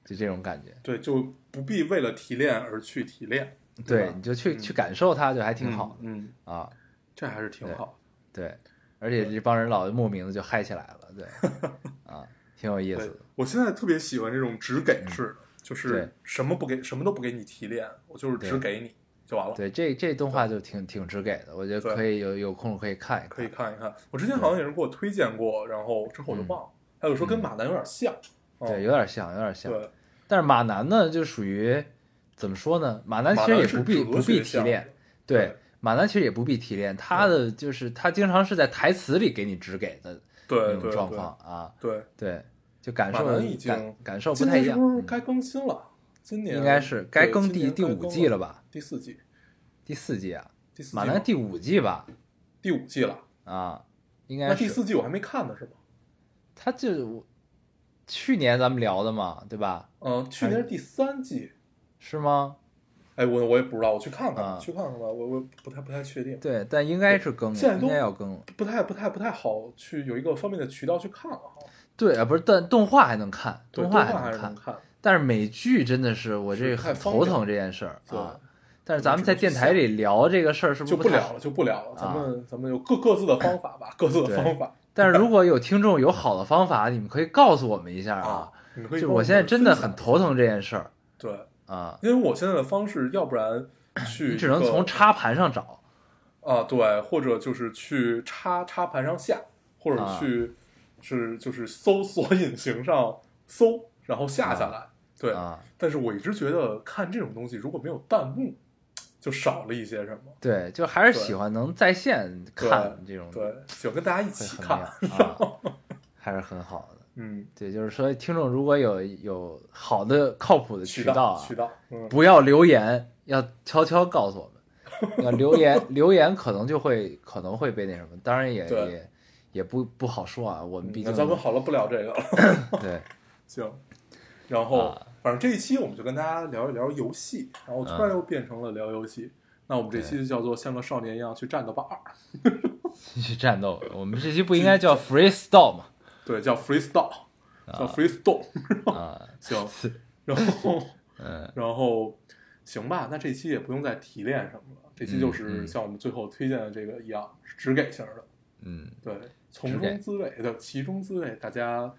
Speaker 1: 就这种感觉。
Speaker 2: 对，就不必为了提炼而去提炼，
Speaker 1: 对，
Speaker 2: 吧
Speaker 1: 你就去
Speaker 2: 嗯
Speaker 1: 去感受它，就还挺好的。
Speaker 2: 嗯，嗯，
Speaker 1: 啊，
Speaker 2: 这还是挺
Speaker 1: 对
Speaker 2: 好
Speaker 1: 对，而且这帮人老莫名的就嗨起来了，对， 啊，挺有意
Speaker 2: 的。
Speaker 1: 思
Speaker 2: 对
Speaker 1: 的，，
Speaker 2: 我现在特别喜欢这种只给式的，就
Speaker 1: 嗯对
Speaker 2: 是什么不给，什么都不给你提炼，我就是只
Speaker 1: 对
Speaker 2: 给你就完了。
Speaker 1: 对，这这动画就挺挺值给的，我觉得
Speaker 2: 对
Speaker 1: 可以有有空可以看一
Speaker 2: 可以
Speaker 1: 看，
Speaker 2: 看一看。我之前好像有人给我推荐过，然后之后我就忘了。还有说跟马南有点像，嗯
Speaker 1: 嗯对，有点像，有点像，
Speaker 2: 对
Speaker 1: 但是马南呢，就属于怎么说呢？马南
Speaker 2: 马
Speaker 1: 其实
Speaker 2: 南
Speaker 1: 也
Speaker 2: 是
Speaker 1: 不必不
Speaker 2: 哲
Speaker 1: 必
Speaker 2: 学
Speaker 1: 提
Speaker 2: 向
Speaker 1: 炼
Speaker 2: 的，
Speaker 1: 对
Speaker 2: 对，
Speaker 1: 马南其实也不必提炼，他的就是他经常是在台词里给你指给的那
Speaker 2: 对
Speaker 1: 种
Speaker 2: 对
Speaker 1: 状况啊，
Speaker 2: 对。
Speaker 1: 对，就感
Speaker 2: 马
Speaker 1: 受
Speaker 2: 南已经
Speaker 1: 感感受不
Speaker 2: 今
Speaker 1: 太
Speaker 2: 年
Speaker 1: 一
Speaker 2: 是
Speaker 1: 样，
Speaker 2: 不是
Speaker 1: 嗯
Speaker 2: 该更新了？今年
Speaker 1: 应该是该
Speaker 2: 对
Speaker 1: 更
Speaker 2: 今
Speaker 1: 第
Speaker 2: 年
Speaker 1: 第
Speaker 2: 该
Speaker 1: 五
Speaker 2: 更
Speaker 1: 季了吧？
Speaker 2: 第四季，
Speaker 1: 第四季啊，
Speaker 2: 第四季
Speaker 1: 马
Speaker 2: 吗
Speaker 1: 南第五季吧，
Speaker 2: 第五季了。
Speaker 1: 啊，应该
Speaker 2: 那
Speaker 1: 是
Speaker 2: 第四季我还没看呢，是吗？
Speaker 1: 他就去年咱们聊的嘛，对吧？
Speaker 2: 嗯，去年是第三季。
Speaker 1: 是吗？
Speaker 2: 哎，我我也不知道，我去看看，
Speaker 1: 啊
Speaker 2: 去看看吧。我我不太不太确定，
Speaker 1: 对，但应该是更
Speaker 2: 现
Speaker 1: 了，应
Speaker 2: 在都
Speaker 1: 该要更了。
Speaker 2: 不太不太不太好去有一个方面的渠道去看了哈。
Speaker 1: 对啊，不是，但动画还能看，
Speaker 2: 对，动
Speaker 1: 画
Speaker 2: 画
Speaker 1: 还
Speaker 2: 还
Speaker 1: 能
Speaker 2: 是能
Speaker 1: 看，
Speaker 2: 看。
Speaker 1: 但是美剧真的是我这
Speaker 2: 是
Speaker 1: 很
Speaker 2: 太方
Speaker 1: 头
Speaker 2: 便
Speaker 1: 疼这件事儿
Speaker 2: 对
Speaker 1: 啊。但是咱们在电台里聊这个事儿是
Speaker 2: 就
Speaker 1: 不
Speaker 2: 不
Speaker 1: 太
Speaker 2: 聊
Speaker 1: 好
Speaker 2: 了，就不聊了，
Speaker 1: 啊
Speaker 2: 咱们咱们有各各自的方法吧，各自的方法
Speaker 1: 但 是如果有听众有好的方法，你们可以告诉我们一下
Speaker 2: 啊
Speaker 1: 啊。。
Speaker 2: 你可以
Speaker 1: 就是
Speaker 2: 帮
Speaker 1: 我现在
Speaker 2: 们
Speaker 1: 真的
Speaker 2: 分
Speaker 1: 很
Speaker 2: 享
Speaker 1: 头疼这件事儿
Speaker 2: 对，
Speaker 1: 啊，
Speaker 2: 因为我现在的方式，要不然去
Speaker 1: 你只
Speaker 2: 一
Speaker 1: 能
Speaker 2: 个
Speaker 1: 从插盘上找。
Speaker 2: 啊对，或者就是去插插盘上下，或者
Speaker 1: 啊
Speaker 2: 去是就是搜索引擎上搜，然后下下来。对，
Speaker 1: 啊，
Speaker 2: 但是我一直觉得看这种东西如果没有弹幕，就少了一些什么。
Speaker 1: 对，就还是
Speaker 2: 对
Speaker 1: 喜欢能在线看这种
Speaker 2: 对，喜欢跟大家一
Speaker 1: 嗯会
Speaker 2: 起
Speaker 1: 很
Speaker 2: 看。
Speaker 1: 妙啊，还是很好的。
Speaker 2: 嗯，
Speaker 1: 对，就是说，听众如果有有好的、靠谱的
Speaker 2: 渠
Speaker 1: 道
Speaker 2: 道
Speaker 1: 啊，
Speaker 2: 渠道，嗯，
Speaker 1: 不要留言，要悄悄告诉我们。要留 言，留言可能就会可能会被那什么，当然也
Speaker 2: 对嗯
Speaker 1: 也也不不好说啊。我们毕
Speaker 2: 那
Speaker 1: 竟
Speaker 2: 咱们好了不聊这个了。
Speaker 1: 对
Speaker 2: 行，然后、
Speaker 1: 啊
Speaker 2: 反正这一期我们就跟大家聊一聊游戏，然后突
Speaker 1: 嗯
Speaker 2: 然又变成了聊游戏。那我们这期就叫做像个少年一样去战斗吧二，
Speaker 1: 继续战斗。我们这期不应该叫 freestyle 嘛？
Speaker 2: 对，叫 freestyle，叫 freestyle，、
Speaker 1: 啊，
Speaker 2: 行， 然后
Speaker 1: 嗯，
Speaker 2: 然后行吧，那这期也不用再提炼什么了，这期就
Speaker 1: 嗯
Speaker 2: 是
Speaker 1: 嗯
Speaker 2: 像我们最后推荐的这个一样，只给型的，
Speaker 1: 嗯，
Speaker 2: 对，从
Speaker 1: 只给
Speaker 2: 中滋味，对，其中滋味，大家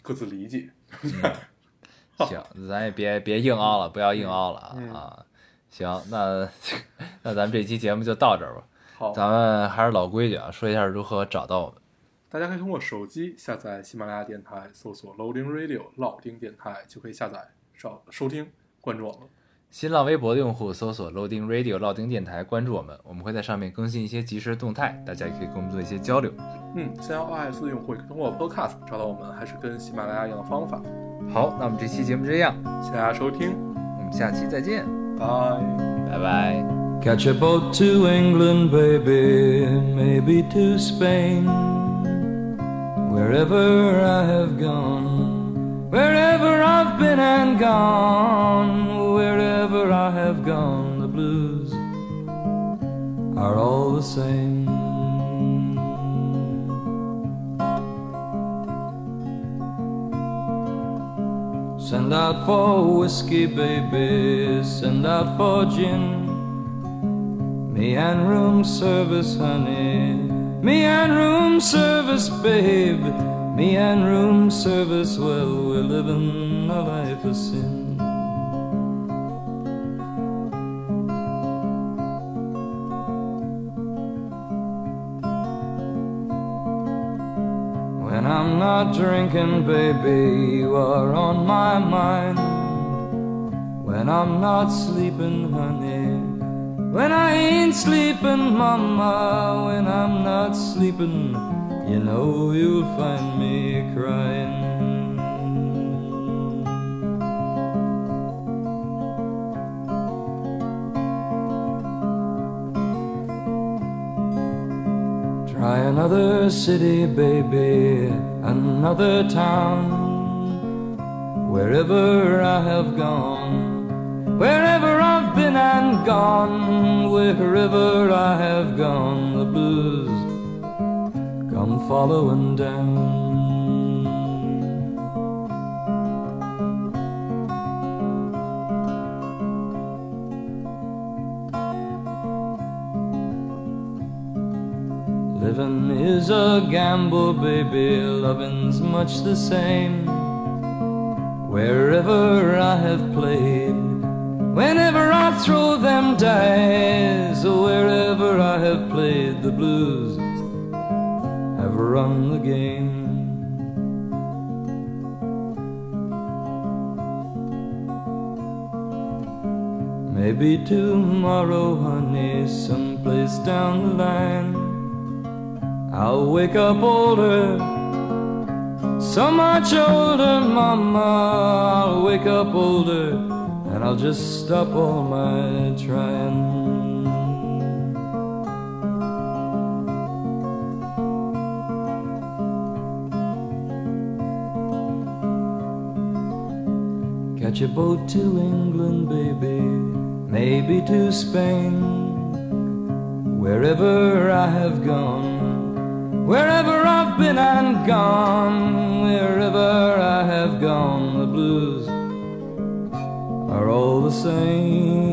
Speaker 2: 各自理解，
Speaker 1: 行，咱也别别硬凹了，不要硬凹了啊、
Speaker 2: 嗯嗯
Speaker 1: 啊！行，那 那咱们这期节目就到这儿吧。
Speaker 2: 好，
Speaker 1: 咱们还是老规矩啊，说一下如何找到我们。
Speaker 2: 大家可以通过手机下载喜马拉雅电台，搜索 Loading Radio 老丁电台，就可以下载收收听，关注我们。
Speaker 1: 新浪微博的用户搜索 Loading Radio 老丁电台，关注我们，我们会在上面更新一些即时动态，大家也可以跟我们做一些交流。
Speaker 2: 嗯，现在 iOS 的用户也可以通过 Podcast 找到我们，还是跟喜马拉雅一样的方法。
Speaker 1: 好，那我们这期节目这样，
Speaker 2: 谢谢大家收听，
Speaker 1: 我们下期再见，
Speaker 2: 拜。
Speaker 1: 拜拜。
Speaker 3: Catch a boat to England, baby, maybe to Spain. Wherever I have gone, wherever I've been and gone, wherever I have gone, the blues are all the same. Send out for whiskey, baby. Send out for gin. Me and room service, honey. Me and room service, babe. Me and room service, well, we're living a life of sin. When I'm not drinking, baby, you are on my mind. When I'm not sleeping, honey. When I ain't sleeping, mama. When I'm not sleeping, you know you'll find me crying. Try another city, baby, another town. Wherever I have gone, wherever I've been and gone, wherever I have gone, the blues come following down. Living is a gamble, baby. Loving's much the same. Wherever I have played, whenever I throw them dice, wherever I have played, the blues have run the game. Maybe tomorrow, honey, someplace down the line, I'll wake up older, so much older, mama. I'll wake up older, and I'll just stop all my trying. Catch a boat to England, baby, maybe to Spain. Wherever I have gone, wherever I've been and gone, wherever I have gone, the blues are all the same.